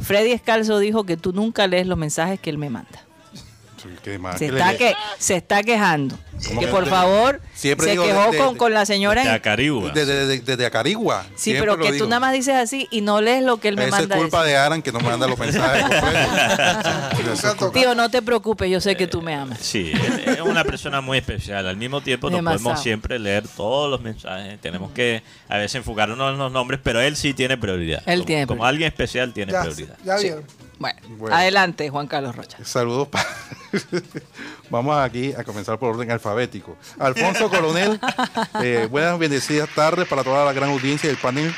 Speaker 2: Freddy Escalzo dijo que tú nunca lees los mensajes que él me manda.
Speaker 6: Sí, qué mal.
Speaker 2: Se
Speaker 6: ¿Qué Ah, le-
Speaker 2: está, que, se está quejando.
Speaker 6: ¿Cómo
Speaker 2: Que
Speaker 6: que
Speaker 2: por
Speaker 6: te-
Speaker 2: favor,
Speaker 6: Siempre
Speaker 2: se
Speaker 6: digo
Speaker 2: quejó
Speaker 6: de- de-
Speaker 2: con, con la señora. en-
Speaker 3: De Acarigua.
Speaker 6: Desde de, de- desde Acarigua.
Speaker 2: sí,
Speaker 6: siempre
Speaker 2: pero
Speaker 6: lo
Speaker 2: que
Speaker 6: digo.
Speaker 2: tú nada más dices así y no lees lo que él me
Speaker 6: Esa es
Speaker 2: manda.
Speaker 6: culpa
Speaker 2: decir.
Speaker 6: de Aran que no me manda
Speaker 2: <laughs>
Speaker 6: los mensajes. correcto. Esa es culpa-
Speaker 2: Tío, no te preocupes, yo sé que tú me amas.
Speaker 3: Sí, él es una persona muy especial. Al mismo tiempo no
Speaker 2: Demasiado.
Speaker 3: podemos siempre leer todos los mensajes. Tenemos que a veces enfocarnos en los nombres, pero él sí tiene prioridad.
Speaker 2: Él
Speaker 3: como,
Speaker 2: tiene
Speaker 3: como
Speaker 2: prioridad.
Speaker 3: alguien especial tiene
Speaker 4: Ya,
Speaker 3: prioridad.
Speaker 4: ya
Speaker 2: Sí.
Speaker 4: vieron.
Speaker 2: Bueno,
Speaker 6: Bueno.
Speaker 2: adelante, Juan Carlos Rocha.
Speaker 6: Saludos. pa- <laughs> Vamos aquí a comenzar por orden alfabético. Alfonso Coronel, eh, buenas bendecidas tardes para toda la gran audiencia del panel.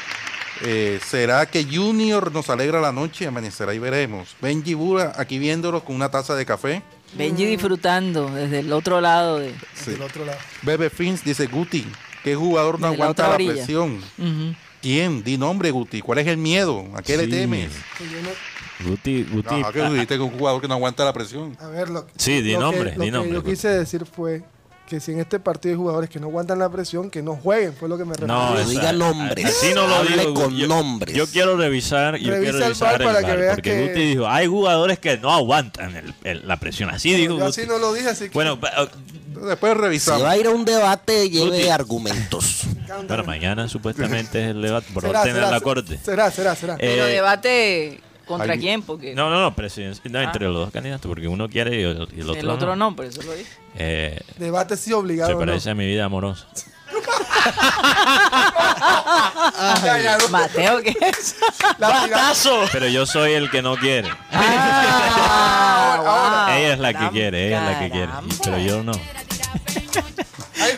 Speaker 6: Eh, ¿Será que Junior nos alegra la noche? Amanecerá y veremos. Benji Bura, aquí viéndolo con una taza de café.
Speaker 2: Benji
Speaker 3: Mm.
Speaker 2: disfrutando desde el otro lado de.
Speaker 6: Sí.
Speaker 4: Del otro lado.
Speaker 6: Bebe Fins dice Guti, ¿qué jugador no
Speaker 2: De la
Speaker 6: aguanta
Speaker 2: otra
Speaker 6: la,
Speaker 2: orilla.
Speaker 6: presión?
Speaker 2: Ujú.
Speaker 6: ¿Quién? Di nombre, Guti. ¿Cuál es el miedo? ¿A qué le
Speaker 3: Sí.
Speaker 6: temes?
Speaker 4: Que yo no-
Speaker 3: Guti, Guti.
Speaker 6: Ajá, que
Speaker 3: ah,
Speaker 6: dijiste que un jugador que no aguanta la presión.
Speaker 4: a ver, lo,
Speaker 3: Sí, di
Speaker 4: lo que-
Speaker 3: nombre,
Speaker 4: lo
Speaker 3: di nombre,
Speaker 4: que yo
Speaker 3: Guti.
Speaker 4: quise decir fue que si en este partido hay jugadores que no aguantan la presión, que no jueguen, fue lo que me refiero.
Speaker 3: no,
Speaker 5: No
Speaker 3: esa-
Speaker 5: diga nombres.
Speaker 3: Así no lo
Speaker 5: Hable
Speaker 3: digo.
Speaker 5: con
Speaker 3: yo,
Speaker 5: nombres.
Speaker 3: Yo quiero revisar. Yo
Speaker 4: Revisa
Speaker 3: quiero
Speaker 4: el
Speaker 3: revisar
Speaker 4: VAR
Speaker 3: el
Speaker 4: para que
Speaker 3: VAR,
Speaker 4: veas
Speaker 3: porque
Speaker 4: que-
Speaker 3: Guti dijo: hay jugadores que no aguantan el- el- la presión. Así dijo
Speaker 4: yo
Speaker 3: Guti.
Speaker 4: así no lo dije, así que
Speaker 3: Bueno, pa- ah,
Speaker 6: Después
Speaker 5: Se va
Speaker 6: revisamos.
Speaker 5: a ir a un
Speaker 3: Guti.
Speaker 5: debate, lleve argumentos.
Speaker 3: bueno, mañana supuestamente es el debate por
Speaker 4: será,
Speaker 3: tener
Speaker 4: será,
Speaker 3: la corte.
Speaker 4: Será, será, será.
Speaker 3: Eh,
Speaker 2: Pero debate contra
Speaker 6: hay-
Speaker 2: quién, porque
Speaker 3: No, no, no, presidencia.
Speaker 4: Ah.
Speaker 3: No, entre los dos candidatos, porque uno quiere y el, y el
Speaker 2: el
Speaker 3: otro,
Speaker 2: otro,
Speaker 3: no.
Speaker 2: no, por eso lo dije.
Speaker 3: Eh,
Speaker 4: Debate sí
Speaker 3: se
Speaker 4: obligado. ¿no?
Speaker 3: parece a mi vida amorosa.
Speaker 4: Ah, Ya, ya, no.
Speaker 2: Mateo, ¿qué es?
Speaker 3: <laughs>
Speaker 4: La tira-
Speaker 3: Pero yo soy el que no quiere.
Speaker 2: Ah,
Speaker 3: Ah,
Speaker 4: Ah,
Speaker 3: ella es la que quiere, ella es la que quiere. Y- Pero yo no.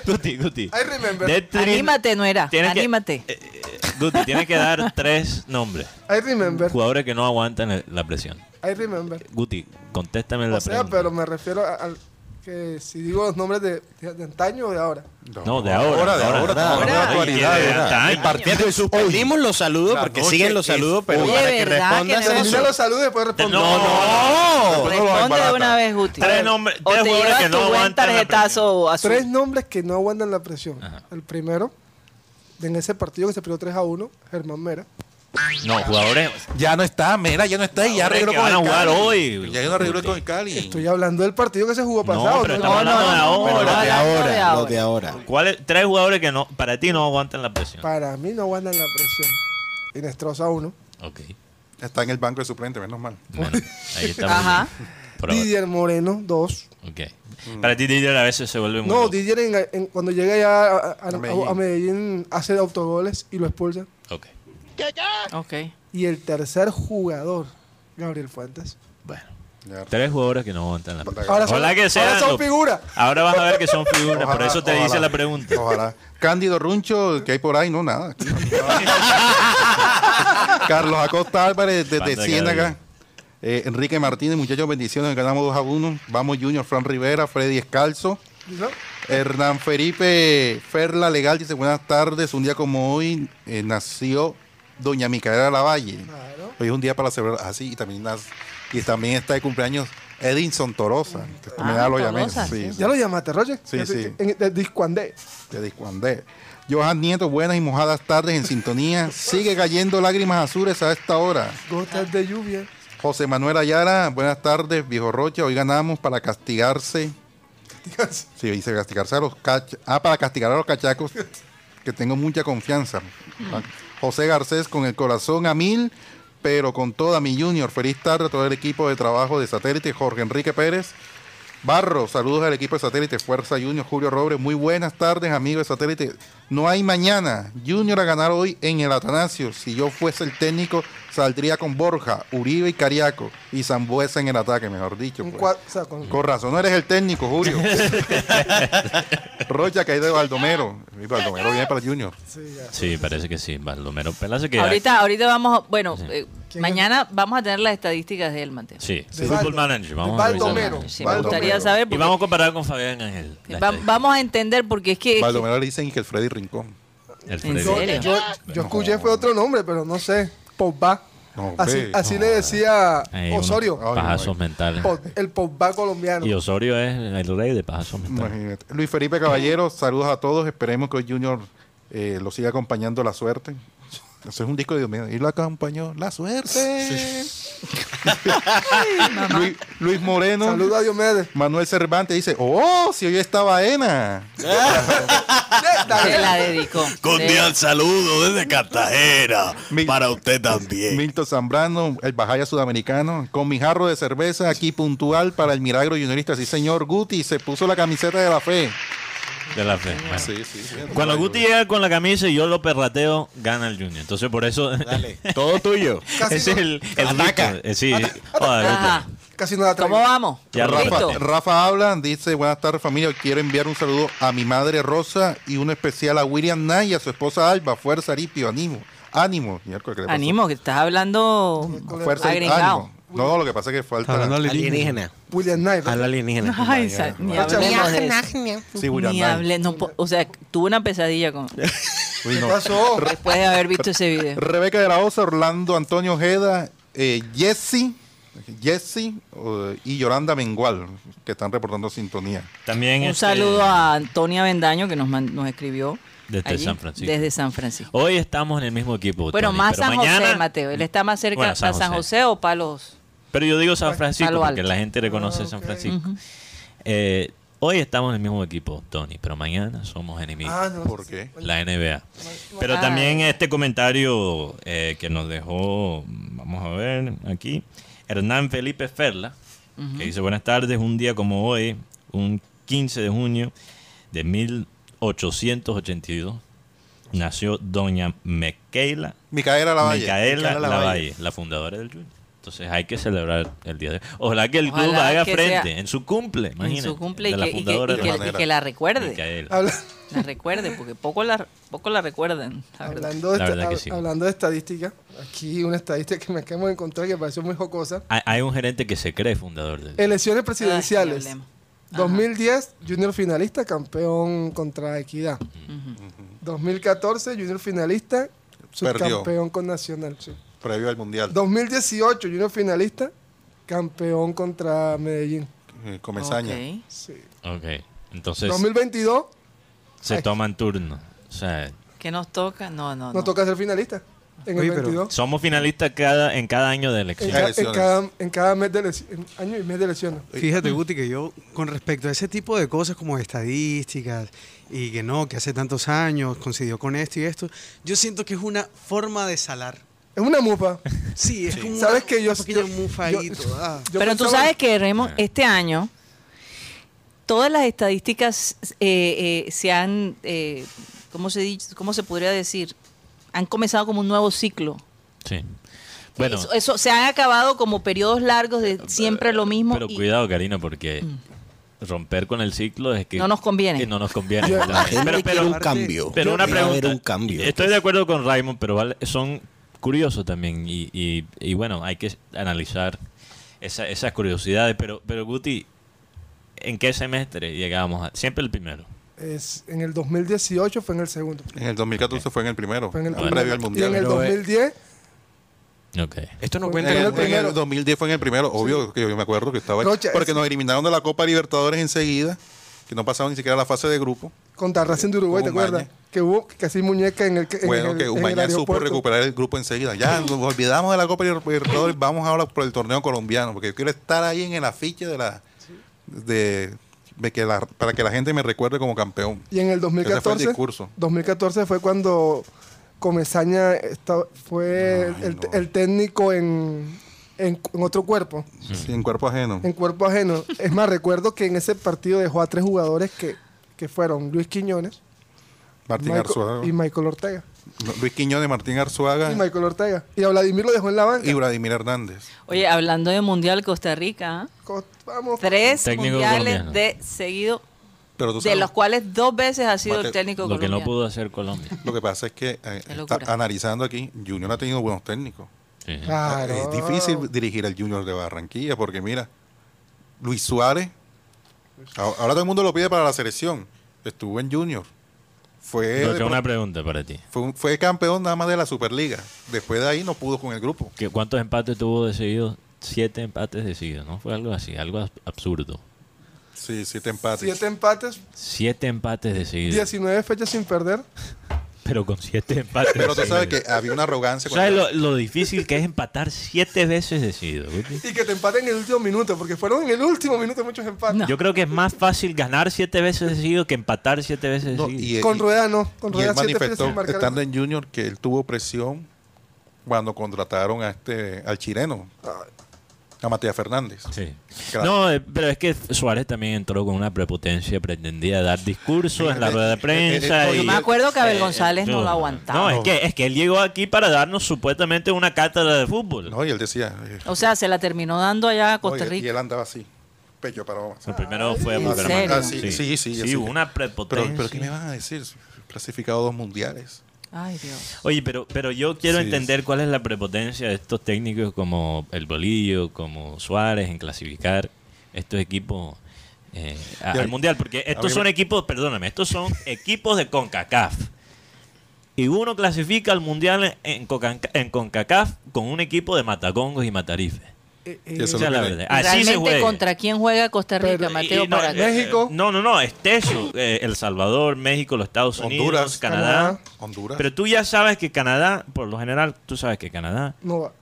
Speaker 3: Guti, Guti.
Speaker 4: I remember.
Speaker 3: De tri-
Speaker 2: Anímate, nuera,
Speaker 3: tienes que-
Speaker 2: Ah, anímate.
Speaker 3: eh, eh, Guti, tienes que dar tres nombres.
Speaker 4: I remember.
Speaker 3: Jugadores que no aguantan el- la presión.
Speaker 4: I remember.
Speaker 3: Guti, contéstame la
Speaker 4: O sea,
Speaker 3: pregunta.
Speaker 4: pero me refiero a- al que si digo los nombres de, de- de antaño o de ahora.
Speaker 3: No, de ahora.
Speaker 6: Ahora, de ahora, de ahora, de
Speaker 3: Ay,
Speaker 6: actualidad,
Speaker 3: de
Speaker 6: de
Speaker 3: antaño.
Speaker 5: Perdimos los saludos
Speaker 6: La
Speaker 5: porque
Speaker 6: noche
Speaker 5: siguen los
Speaker 6: es
Speaker 5: saludos, pero
Speaker 2: hoy.
Speaker 5: para
Speaker 2: Oye,
Speaker 5: que
Speaker 2: ¿verdad que
Speaker 5: respondas
Speaker 2: no-
Speaker 5: eso.
Speaker 4: Termina los saludos y después respondo.
Speaker 3: No, no,
Speaker 6: no lo
Speaker 2: Responde de
Speaker 6: desbarata.
Speaker 2: una vez, Guti.
Speaker 3: Tres nombres-
Speaker 2: O
Speaker 3: tres
Speaker 2: te
Speaker 3: jugadores
Speaker 2: llevas
Speaker 3: que no
Speaker 2: tu buen
Speaker 3: aguantan la
Speaker 2: tarjetazo azul.
Speaker 4: Tres nombres que no aguantan la presión. El primero, en ese partido que se perdió 3 a 1, Germán Mera.
Speaker 3: No, jugadores.
Speaker 6: Ya no está, mira, ya no está y ya
Speaker 3: Hombre,
Speaker 6: arregló
Speaker 3: que
Speaker 6: con
Speaker 3: van
Speaker 6: el
Speaker 3: a jugar
Speaker 6: Cali.
Speaker 3: hoy.
Speaker 6: Ya yo no arregló con el Cali.
Speaker 4: Estoy hablando del partido que se jugó pasado.
Speaker 3: pero
Speaker 4: ¿no?
Speaker 2: No,
Speaker 3: estamos
Speaker 2: no,
Speaker 3: hablando de
Speaker 2: no,
Speaker 3: ahora.
Speaker 2: pero
Speaker 5: Los de
Speaker 2: hablando de
Speaker 5: ahora, los de
Speaker 2: ahora.
Speaker 5: ahora.
Speaker 3: ¿Cuáles? Tres jugadores que no, para ti no aguantan la presión.
Speaker 4: Para mí no aguantan la presión. Inestrosa 1.
Speaker 3: Ok.
Speaker 6: Está en el banco de suplente, menos mal.
Speaker 3: Bueno, ahí estamos.
Speaker 2: Ajá.
Speaker 3: Por ahora.
Speaker 4: Didier Moreno 2.
Speaker 3: Ok. Para ti Didier a veces se vuelve muy
Speaker 4: No,
Speaker 3: loco.
Speaker 4: Didier en- en- cuando llega ya a, a- a-
Speaker 6: Medellín.
Speaker 4: a Medellín hace autogoles y lo expulsan.
Speaker 3: Ok.
Speaker 2: Ok.
Speaker 4: Y el tercer jugador, Gabriel Fuentes.
Speaker 3: Bueno.
Speaker 6: Ya.
Speaker 3: Tres jugadores que no aguantan la presión.
Speaker 4: Ahora son,
Speaker 3: Ojalá que sean
Speaker 4: ahora son
Speaker 3: los-
Speaker 4: figuras.
Speaker 3: Ahora vas a ver que son figuras, por
Speaker 6: Ojalá,
Speaker 3: eso te
Speaker 6: ojalá.
Speaker 3: hice la pregunta.
Speaker 6: Ojalá. Cándido Runcho, que hay por ahí, no nada.
Speaker 3: <laughs>
Speaker 6: Carlos Acosta Álvarez desde
Speaker 3: Banda
Speaker 6: Ciénaga.
Speaker 3: Gabriel.
Speaker 6: Eh, Enrique Martínez, muchachos, bendiciones. Ganamos 2 a 1. Vamos Junior, Fran Rivera, Freddy Escalzo.
Speaker 4: ¿no?
Speaker 6: Hernán Felipe Ferla Legal dice buenas tardes. Un día como hoy eh, nació doña Micaela Lavalle.
Speaker 4: Claro.
Speaker 6: Hoy es un día para celebrar. Así y también nas- y también está de cumpleaños Edinson Torosa. que también
Speaker 2: Ah,
Speaker 6: ya lo llamé.
Speaker 2: Torosa,
Speaker 6: Sí,
Speaker 2: sí.
Speaker 6: sí.
Speaker 4: Ya lo llamaste, Roger.
Speaker 6: Sí,
Speaker 4: Ya te-
Speaker 6: sí.
Speaker 4: En, de Discuandé.
Speaker 6: Te discuandé. Johan Nieto, buenas y mojadas tardes en sintonía. Sigue cayendo lágrimas azules a esta hora.
Speaker 4: Gotas de lluvia.
Speaker 6: José Manuel Ayala, buenas tardes, viejo Rocha. Hoy ganamos para castigarse. Sí, dice castigarse a los cach- Ah, para castigar a los cachacos, que tengo mucha confianza. Ah, José Garcés con el corazón a mil, pero con toda mi junior. Feliz tarde a todo el equipo de trabajo de satélite, Jorge Enrique Pérez. Barro, saludos al equipo de satélite, Fuerza Junior, Julio Robles. Muy buenas tardes, amigos de satélite. No hay mañana. Junior a ganar hoy en el Atanasio. Si yo fuese el técnico, saldría con Borja, Uribe y Cariaco. Y Zambuesa en el ataque, mejor dicho.
Speaker 4: Un
Speaker 6: pues.
Speaker 4: cua- o sea, con-
Speaker 6: Con razón, no eres el técnico, Julio. Rocha caído de Baldomero. Y Baldomero viene para el Junior.
Speaker 4: sí, ya.
Speaker 3: Sí, parece que sí, Baldomero. Parece que
Speaker 2: Ahorita, ahorita vamos, a- bueno, eh,
Speaker 4: ¿Quién
Speaker 2: mañana vamos a tener las estadísticas de él, Mateo.
Speaker 3: Sí,
Speaker 4: De
Speaker 3: Football
Speaker 4: Baldo-
Speaker 3: Manager. Vamos
Speaker 4: de
Speaker 3: a revisar.
Speaker 4: Baldomero.
Speaker 2: Sí, me
Speaker 6: Baldomero.
Speaker 2: gustaría saber.
Speaker 3: Y
Speaker 2: Porque
Speaker 3: vamos a comparar con Fabián Ángel.
Speaker 2: va- vamos a entender porque es que.
Speaker 6: Baldomero le dicen que el Freddy Rincón.
Speaker 3: El
Speaker 2: ¿En
Speaker 3: Freddy.
Speaker 2: serio?
Speaker 4: Yo, yo escuché fue otro nombre, pero no sé. Pogba.
Speaker 6: No,
Speaker 4: Así,
Speaker 6: ve.
Speaker 4: así le decía
Speaker 3: Ahí, unos
Speaker 4: Osorio.
Speaker 3: Pajazos mentales.
Speaker 4: Po- el Pogba colombiano.
Speaker 3: Y Osorio es el rey de pajazos mentales.
Speaker 6: Imagínate. Luis Felipe Caballero, saludos a todos. Esperemos que hoy Junior eh, lo siga acompañando la suerte. Eso es un disco de Dios mío. Y lo acompañó la suerte. <laughs> Luis, Luis Moreno.
Speaker 4: Saluda a
Speaker 2: <laughs>
Speaker 4: Diomedes.
Speaker 6: Manuel Cervantes dice, oh, si hoy está Baena.
Speaker 2: Se la dedicó.
Speaker 5: Cordial saludo desde Cartagena
Speaker 6: Mi-
Speaker 5: para usted también.
Speaker 6: Milton Zambrano, el Bajaya Sudamericano, con mi jarro de cerveza aquí puntual para el Milagro Juniorista. Sí, señor Guti, se puso la camiseta de la fe.
Speaker 3: De la fe. Bueno.
Speaker 6: Sí, sí, sí.
Speaker 3: Cuando Guti llega con la camisa y yo lo perrateo, gana el Junior. Entonces, por eso. <laughs>
Speaker 5: Dale, todo tuyo.
Speaker 4: Casi
Speaker 3: ese es
Speaker 4: no-
Speaker 3: el, el
Speaker 5: Ataca.
Speaker 3: ritmo. Eh, sí. Joder, Guti.
Speaker 2: Ajá.
Speaker 4: Casi no da
Speaker 2: ¿Cómo vamos?
Speaker 3: Ya,
Speaker 6: Rafa,
Speaker 2: Listo.
Speaker 6: Rafa habla, dice, buenas tardes familia, quiero enviar un saludo a mi madre Rosa y un especial a William Nay y a su esposa Alba, fuerza Aripio, ánimo, ánimo. Miércoles, ¿qué le pasó?
Speaker 2: Animo, que estás hablando
Speaker 6: Fuerza,
Speaker 2: agregado.
Speaker 6: ánimo. No, lo que pasa es que
Speaker 5: Ah,
Speaker 6: falta...
Speaker 5: Alienígena.
Speaker 4: William Knight.
Speaker 5: Habla alienígena.
Speaker 2: <laughs> Ay, sa- ni
Speaker 4: Ya,
Speaker 2: hablemos de eso.
Speaker 6: Sí, William
Speaker 2: Ni
Speaker 6: Knight.
Speaker 2: hablé, no po- o sea, tuve una pesadilla
Speaker 3: <laughs>
Speaker 2: con, después
Speaker 6: Uy, no.
Speaker 4: ¿Qué pasó?
Speaker 2: de haber visto ese video.
Speaker 6: Rebeca de la Osa, Orlando Antonio Ojeda, eh, Jesse, Jesse eh, y Yolanda Mengual, que están reportando sintonía.
Speaker 3: También
Speaker 2: Un
Speaker 3: este,
Speaker 2: saludo a Antonia Bendaño que nos, man- nos escribió.
Speaker 3: Desde San Francisco.
Speaker 2: Desde San Francisco.
Speaker 3: Hoy estamos en el mismo equipo.
Speaker 2: Bueno,
Speaker 3: Tony,
Speaker 2: más
Speaker 3: pero
Speaker 2: San
Speaker 3: mañana-
Speaker 2: José, Mateo. Él está más cerca
Speaker 3: Bueno,
Speaker 2: a San, José. o Palos.
Speaker 3: Pero yo digo San Francisco
Speaker 2: A lo
Speaker 3: porque
Speaker 2: alto.
Speaker 3: la gente reconoce San Francisco. Eh, hoy estamos en el mismo equipo, Tony, pero mañana somos enemigos.
Speaker 4: Ah, no.
Speaker 6: ¿Por qué?
Speaker 3: la NBA. Pero
Speaker 2: Ah.
Speaker 3: también este comentario eh, que nos dejó, vamos a ver aquí, Hernán Felipe Ferla, que dice buenas tardes, un día como hoy, un 15 de junio de 1882, nació doña Micaela,
Speaker 6: Micaela Lavalle.
Speaker 3: Micaela Lavalle, la fundadora del Junior. Entonces hay que celebrar el día de hoy. Ojalá que el
Speaker 2: Ojalá
Speaker 3: club haga
Speaker 2: que
Speaker 3: frente
Speaker 2: sea-
Speaker 3: en su cumple, imagínate.
Speaker 2: en su cumple y
Speaker 3: de la
Speaker 2: que, y que-
Speaker 3: fundadora
Speaker 2: y
Speaker 3: de
Speaker 2: que-
Speaker 6: la
Speaker 2: y
Speaker 6: manera.
Speaker 2: que la recuerde.
Speaker 3: Micaela.
Speaker 4: Habla-
Speaker 2: La recuerde, porque poco la, poco la recuerdan. la verdad.
Speaker 4: hablando, de
Speaker 3: La
Speaker 4: esta-
Speaker 3: verdad que
Speaker 4: hab-
Speaker 3: sí.
Speaker 4: hablando de estadística, aquí una estadística que me acabo de encontrar que me pareció muy jocosa.
Speaker 3: Hay, hay un gerente que se cree fundador del
Speaker 4: Elecciones
Speaker 2: Ay, ni
Speaker 4: presidenciales.
Speaker 2: Ah, hablemos.
Speaker 4: 2010, Junior finalista, campeón contra Equidad. 2014, Junior finalista, subcampeón con Nacional. sí.
Speaker 6: Previo al Mundial.
Speaker 4: 2018, Junior finalista, campeón contra Medellín.
Speaker 6: eh, Comesaña.
Speaker 2: Ok.
Speaker 4: Sí.
Speaker 3: Ok, entonces
Speaker 4: 2022,
Speaker 3: se toman turno. O sea,
Speaker 2: ¿Qué nos toca? No, Ah, no, no.
Speaker 4: nos toca ser finalista. En
Speaker 5: Oye,
Speaker 4: el
Speaker 5: pero-
Speaker 4: 22.
Speaker 3: somos finalistas cada, en cada año de
Speaker 4: En,
Speaker 3: elección.
Speaker 4: ca- en
Speaker 6: Elecciones.
Speaker 4: cada, en cada mes de lec- en año y mes de lesiones.
Speaker 11: Fíjate, Guti, que yo con respecto a ese tipo de cosas como estadísticas y que no, que hace tantos años coincidió con esto y esto, yo siento que es una forma de salar.
Speaker 4: Es una mupa.
Speaker 11: Sí, es como
Speaker 4: ¿Sabes
Speaker 11: una,
Speaker 4: que yo-
Speaker 11: una pequeña
Speaker 4: yo-
Speaker 11: mufa ahí,
Speaker 4: yo-
Speaker 11: toda.
Speaker 4: Yo
Speaker 2: Pero tú
Speaker 4: pensaba-
Speaker 2: sabes que, Raymond, este año todas las estadísticas eh, eh, se han, eh, ¿cómo, se, dice- ¿cómo se podría decir? Han comenzado como un nuevo ciclo.
Speaker 3: Sí. Bueno,
Speaker 2: eso, eso- se han acabado como periodos largos de siempre lo mismo.
Speaker 3: pero
Speaker 2: y Mm.
Speaker 3: cuidado, Karina, porque romper con conviene. es que
Speaker 2: No nos conviene.
Speaker 3: que no nos conviene.
Speaker 4: Yo-
Speaker 5: La gente
Speaker 3: pero,
Speaker 5: quiere
Speaker 3: pero,
Speaker 5: un cambio.
Speaker 3: pero una
Speaker 5: Debe haber
Speaker 3: pregunta.
Speaker 5: un cambio.
Speaker 3: Estoy de acuerdo con Raymond, pero vale- son curiosos también y, y- y bueno, hay que analizar esa- esas curiosidades. Pero, pero Guti, ¿en qué semestre llegamos? a- siempre el primero.
Speaker 4: Es, en el 2018 fue en el segundo.
Speaker 6: En el 2014 fue en Ah, el primero.
Speaker 4: Fue en el
Speaker 3: Bueno.
Speaker 6: Previo al
Speaker 4: primero. Y en el
Speaker 6: Mundial.
Speaker 5: Pero, eh,
Speaker 4: 2010
Speaker 3: Ok.
Speaker 5: Esto no
Speaker 6: En
Speaker 5: cuenta
Speaker 6: el,
Speaker 4: Fue en el
Speaker 6: en el
Speaker 4: primero.
Speaker 6: 2010 fue en el primero, obvio que yo me acuerdo que estaba ahí,
Speaker 4: Rocha,
Speaker 6: porque
Speaker 4: es-
Speaker 6: nos eliminaron de la Copa Libertadores enseguida, que no pasaron ni siquiera la fase de grupo.
Speaker 4: contra Racing de Uruguay,
Speaker 6: Hubo
Speaker 4: ¿te acuerdas?
Speaker 6: Umaña.
Speaker 4: Que hubo casi muñeca en el en
Speaker 6: Bueno,
Speaker 4: el-
Speaker 6: que
Speaker 4: en el
Speaker 6: Umaña supo
Speaker 4: aeropuerto.
Speaker 6: recuperar el grupo enseguida.
Speaker 4: <laughs>
Speaker 6: Ya nos olvidamos de la Copa Libertadores, vamos ahora por el torneo colombiano, porque yo quiero estar ahí en el afiche de la de, de que la- para que la gente me recuerde como campeón.
Speaker 4: Y en el
Speaker 6: Ese fue el
Speaker 4: 2014,
Speaker 6: discurso.
Speaker 4: 2014 fue cuando Comesaña esta- fue
Speaker 6: Ay,
Speaker 4: el,
Speaker 6: no.
Speaker 4: el técnico en, en- en otro cuerpo,
Speaker 6: Sí, en cuerpo ajeno.
Speaker 4: en cuerpo ajeno. Es más, recuerdo que en ese partido dejó a tres jugadores que, que fueron Luis Quiñones
Speaker 6: Martín
Speaker 4: Michael-
Speaker 6: Arzuaga.
Speaker 4: y Michael Ortega.
Speaker 6: Luis Quiñones, Martín Arzuaga
Speaker 4: Y Michael Ortega. Y a Vladimir lo dejó en la banca.
Speaker 6: Ah. y Vladimir Hernández.
Speaker 2: Oye, hablando de Mundial Costa Rica, ¿ah?
Speaker 4: Co- Vamos.
Speaker 2: tres
Speaker 3: Técnico
Speaker 2: mundiales
Speaker 3: colombiano.
Speaker 2: de seguido,
Speaker 6: Pero tú
Speaker 2: de
Speaker 6: sabes-
Speaker 2: los cuales dos veces ha sido el
Speaker 6: Mateo,
Speaker 2: técnico
Speaker 3: Lo que no
Speaker 2: colombiano.
Speaker 3: pudo hacer Colombia.
Speaker 6: Lo que pasa es que eh,
Speaker 2: Qué
Speaker 6: está
Speaker 2: locura.
Speaker 6: analizando aquí, Junior ha tenido buenos técnicos.
Speaker 3: Sí.
Speaker 5: Ah,
Speaker 4: Claro.
Speaker 6: Es difícil dirigir al Junior de Barranquilla porque mira, Luis Suárez, a- ahora todo el mundo lo pide para la selección, estuvo en Junior, fue,
Speaker 3: Creo que
Speaker 6: Eh, de-
Speaker 3: una pregunta para ti.
Speaker 6: fue, un- fue campeón nada más de la Superliga, después de ahí no pudo con el grupo.
Speaker 3: ¿Qué- ¿Cuántos empates tuvo de seguido? Siete empates de seguido, ¿no? Fue algo así, algo ab- absurdo.
Speaker 6: Sí, siete empates.
Speaker 4: Siete empates,
Speaker 3: Siete empates de seguido.
Speaker 4: 19 fechas sin perder.
Speaker 3: pero con siete empates.
Speaker 6: Pero tú sabes que había una arrogancia
Speaker 3: ¿Sabes
Speaker 6: cuando-
Speaker 3: lo, lo difícil que es empatar siete veces de seguido, Guti?
Speaker 4: Y que te empaten en el último minuto, porque fueron en el último minuto muchos empates.
Speaker 3: Yo creo que es más fácil ganar siete veces de seguido que empatar siete veces de seguido.
Speaker 4: con Rueda no, con
Speaker 6: y
Speaker 4: Rueda
Speaker 6: él
Speaker 4: siete veces
Speaker 6: manifestó,
Speaker 4: sin marcar.
Speaker 6: estando en Junior, que él tuvo presión cuando contrataron a este, al chileno, a Matías Fernández.
Speaker 3: Sí.
Speaker 6: Claro.
Speaker 3: No, eh, pero es que Suárez también entró con una prepotencia, pretendía dar discursos
Speaker 6: eh,
Speaker 3: en la rueda de prensa.
Speaker 2: Yo
Speaker 3: y-
Speaker 2: me acuerdo que Abel
Speaker 3: eh,
Speaker 2: González no
Speaker 3: yo-
Speaker 2: lo aguantaba.
Speaker 3: No, eh. es que, es que él llegó aquí para darnos supuestamente una cátedra de fútbol.
Speaker 6: No, y él decía, eh,
Speaker 2: O sea, se la terminó dando allá a Costa
Speaker 6: Oye,
Speaker 2: Rica.
Speaker 6: Y él andaba así, pecho para abajo.
Speaker 3: El primero fue a
Speaker 6: ¿En
Speaker 3: Bucaramanga.
Speaker 6: serio? Ah, sí, sí, sí, sí.
Speaker 3: hubo una prepotencia.
Speaker 6: Pero- pero ¿qué me van a decir? Clasificado dos mundiales.
Speaker 2: Ay, Dios.
Speaker 3: Oye, pero, pero yo quiero
Speaker 6: Sí,
Speaker 3: entender cuál es la prepotencia de estos técnicos como el Bolillo, como Suárez, en clasificar estos equipos eh, a-
Speaker 6: Y a-
Speaker 3: al Mundial. Porque
Speaker 6: a
Speaker 3: estos
Speaker 6: mí
Speaker 3: son
Speaker 6: me-
Speaker 3: equipos, perdóname, estos
Speaker 6: <laughs>
Speaker 3: son equipos de CONCACAF. Y uno clasifica al Mundial en, Cocanca- en CONCACAF con un equipo de matagongos y matarifes.
Speaker 4: Eh,
Speaker 6: Y eso
Speaker 3: Esa es
Speaker 6: lo
Speaker 3: la
Speaker 6: que le-
Speaker 3: verdad.
Speaker 2: ¿Y
Speaker 3: Así se
Speaker 2: ¿Realmente
Speaker 3: juega.
Speaker 2: contra quién juega Costa Rica,
Speaker 4: Pero-
Speaker 2: Mateo?
Speaker 3: Y no,
Speaker 2: para
Speaker 3: eh, eh, no, no, no, es eso. eh, El Salvador, México, los Estados Unidos,
Speaker 6: Honduras,
Speaker 3: Canadá.
Speaker 6: Honduras.
Speaker 3: Pero tú ya sabes que Canadá, por lo general, tú sabes que Canadá
Speaker 4: No va.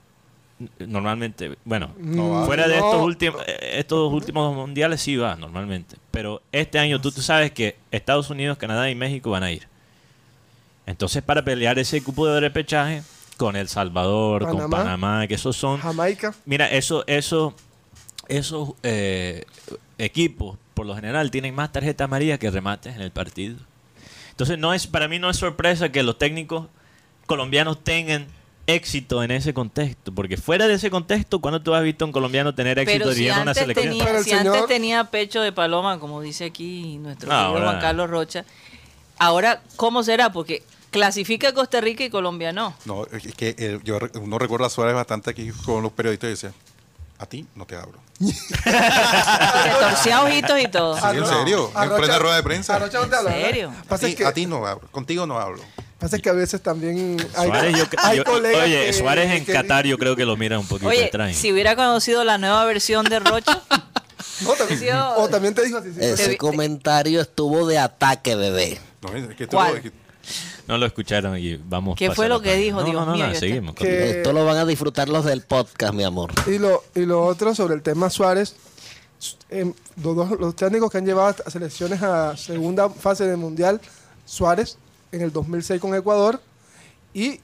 Speaker 4: Mm,
Speaker 3: n- normalmente, bueno,
Speaker 6: No va.
Speaker 3: fuera de
Speaker 4: No.
Speaker 3: estos últimos estos dos últimos dos mundiales sí va normalmente, pero este año tú, tú sabes que Estados Unidos, Canadá y México van a ir. Entonces, para pelear ese cupo de repechaje con El Salvador, con
Speaker 4: Panamá.
Speaker 3: Panamá, que esos son
Speaker 4: Jamaica.
Speaker 3: Mira, eso, eso, esos eh, equipos, por lo general, tienen más tarjetas amarillas que remates en el partido. Entonces, no es, para mí no es sorpresa que los técnicos colombianos tengan éxito en ese contexto, porque fuera de ese contexto, ¿cuándo tú has visto a un colombiano tener éxito
Speaker 2: Pero si,
Speaker 3: dirigiendo una
Speaker 2: antes
Speaker 3: selección?
Speaker 2: tenía,
Speaker 4: Pero el
Speaker 2: si
Speaker 4: señor-
Speaker 2: antes tenía pecho de paloma, como dice aquí nuestro
Speaker 3: Ah,
Speaker 2: querido
Speaker 3: ahora-
Speaker 2: Juan Carlos Rocha, ahora, ¿cómo será? Porque clasifica a Costa Rica y Colombia no.
Speaker 6: No, es que eh, yo, re- uno recuerda a Suárez bastante aquí con los periodistas y decía, a ti no te hablo.
Speaker 2: Se
Speaker 3: <laughs>
Speaker 2: torcía ojitos y todo.
Speaker 6: Sí, ¿En serio? ¿En
Speaker 4: Arrocha-
Speaker 6: plena rueda de prensa?
Speaker 4: Arrocha no te habla, ¿verdad?
Speaker 2: serio?
Speaker 6: A
Speaker 4: Pasa
Speaker 6: ti,
Speaker 4: es que,
Speaker 6: a ti no hablo, contigo no hablo.
Speaker 4: pasa es que a veces también <laughs> hay,
Speaker 3: Suárez, yo cre-
Speaker 4: hay
Speaker 3: yo-
Speaker 4: colegas
Speaker 3: oye,
Speaker 4: que-
Speaker 3: Suárez en
Speaker 4: que-
Speaker 3: Qatar yo creo que lo mira un poquito
Speaker 2: Oye,
Speaker 3: extraño.
Speaker 2: si hubiera conocido la nueva versión de
Speaker 3: <laughs>
Speaker 2: Rocha,
Speaker 4: No, también-
Speaker 2: Yo-
Speaker 4: o también te dijo así. sí,
Speaker 2: Te
Speaker 12: Ese
Speaker 2: vi-
Speaker 12: comentario estuvo de ataque, bebé.
Speaker 6: No, es que tú-
Speaker 2: ¿Cuál?
Speaker 6: es que-
Speaker 3: No lo escucharon y vamos.
Speaker 2: ¿Qué fue
Speaker 3: pasando
Speaker 2: lo que
Speaker 3: página.
Speaker 2: dijo?
Speaker 3: No,
Speaker 2: Dios
Speaker 3: no, no,
Speaker 2: mío,
Speaker 3: no,
Speaker 2: yo te-
Speaker 3: seguimos.
Speaker 4: Que- Eh,
Speaker 12: Esto lo van a disfrutar los del podcast, mi amor.
Speaker 4: Y lo, y lo otro sobre el tema Suárez, s- em, los, dos- los técnicos que han llevado a selecciones a segunda fase del Mundial, Suárez en el 2006 con Ecuador y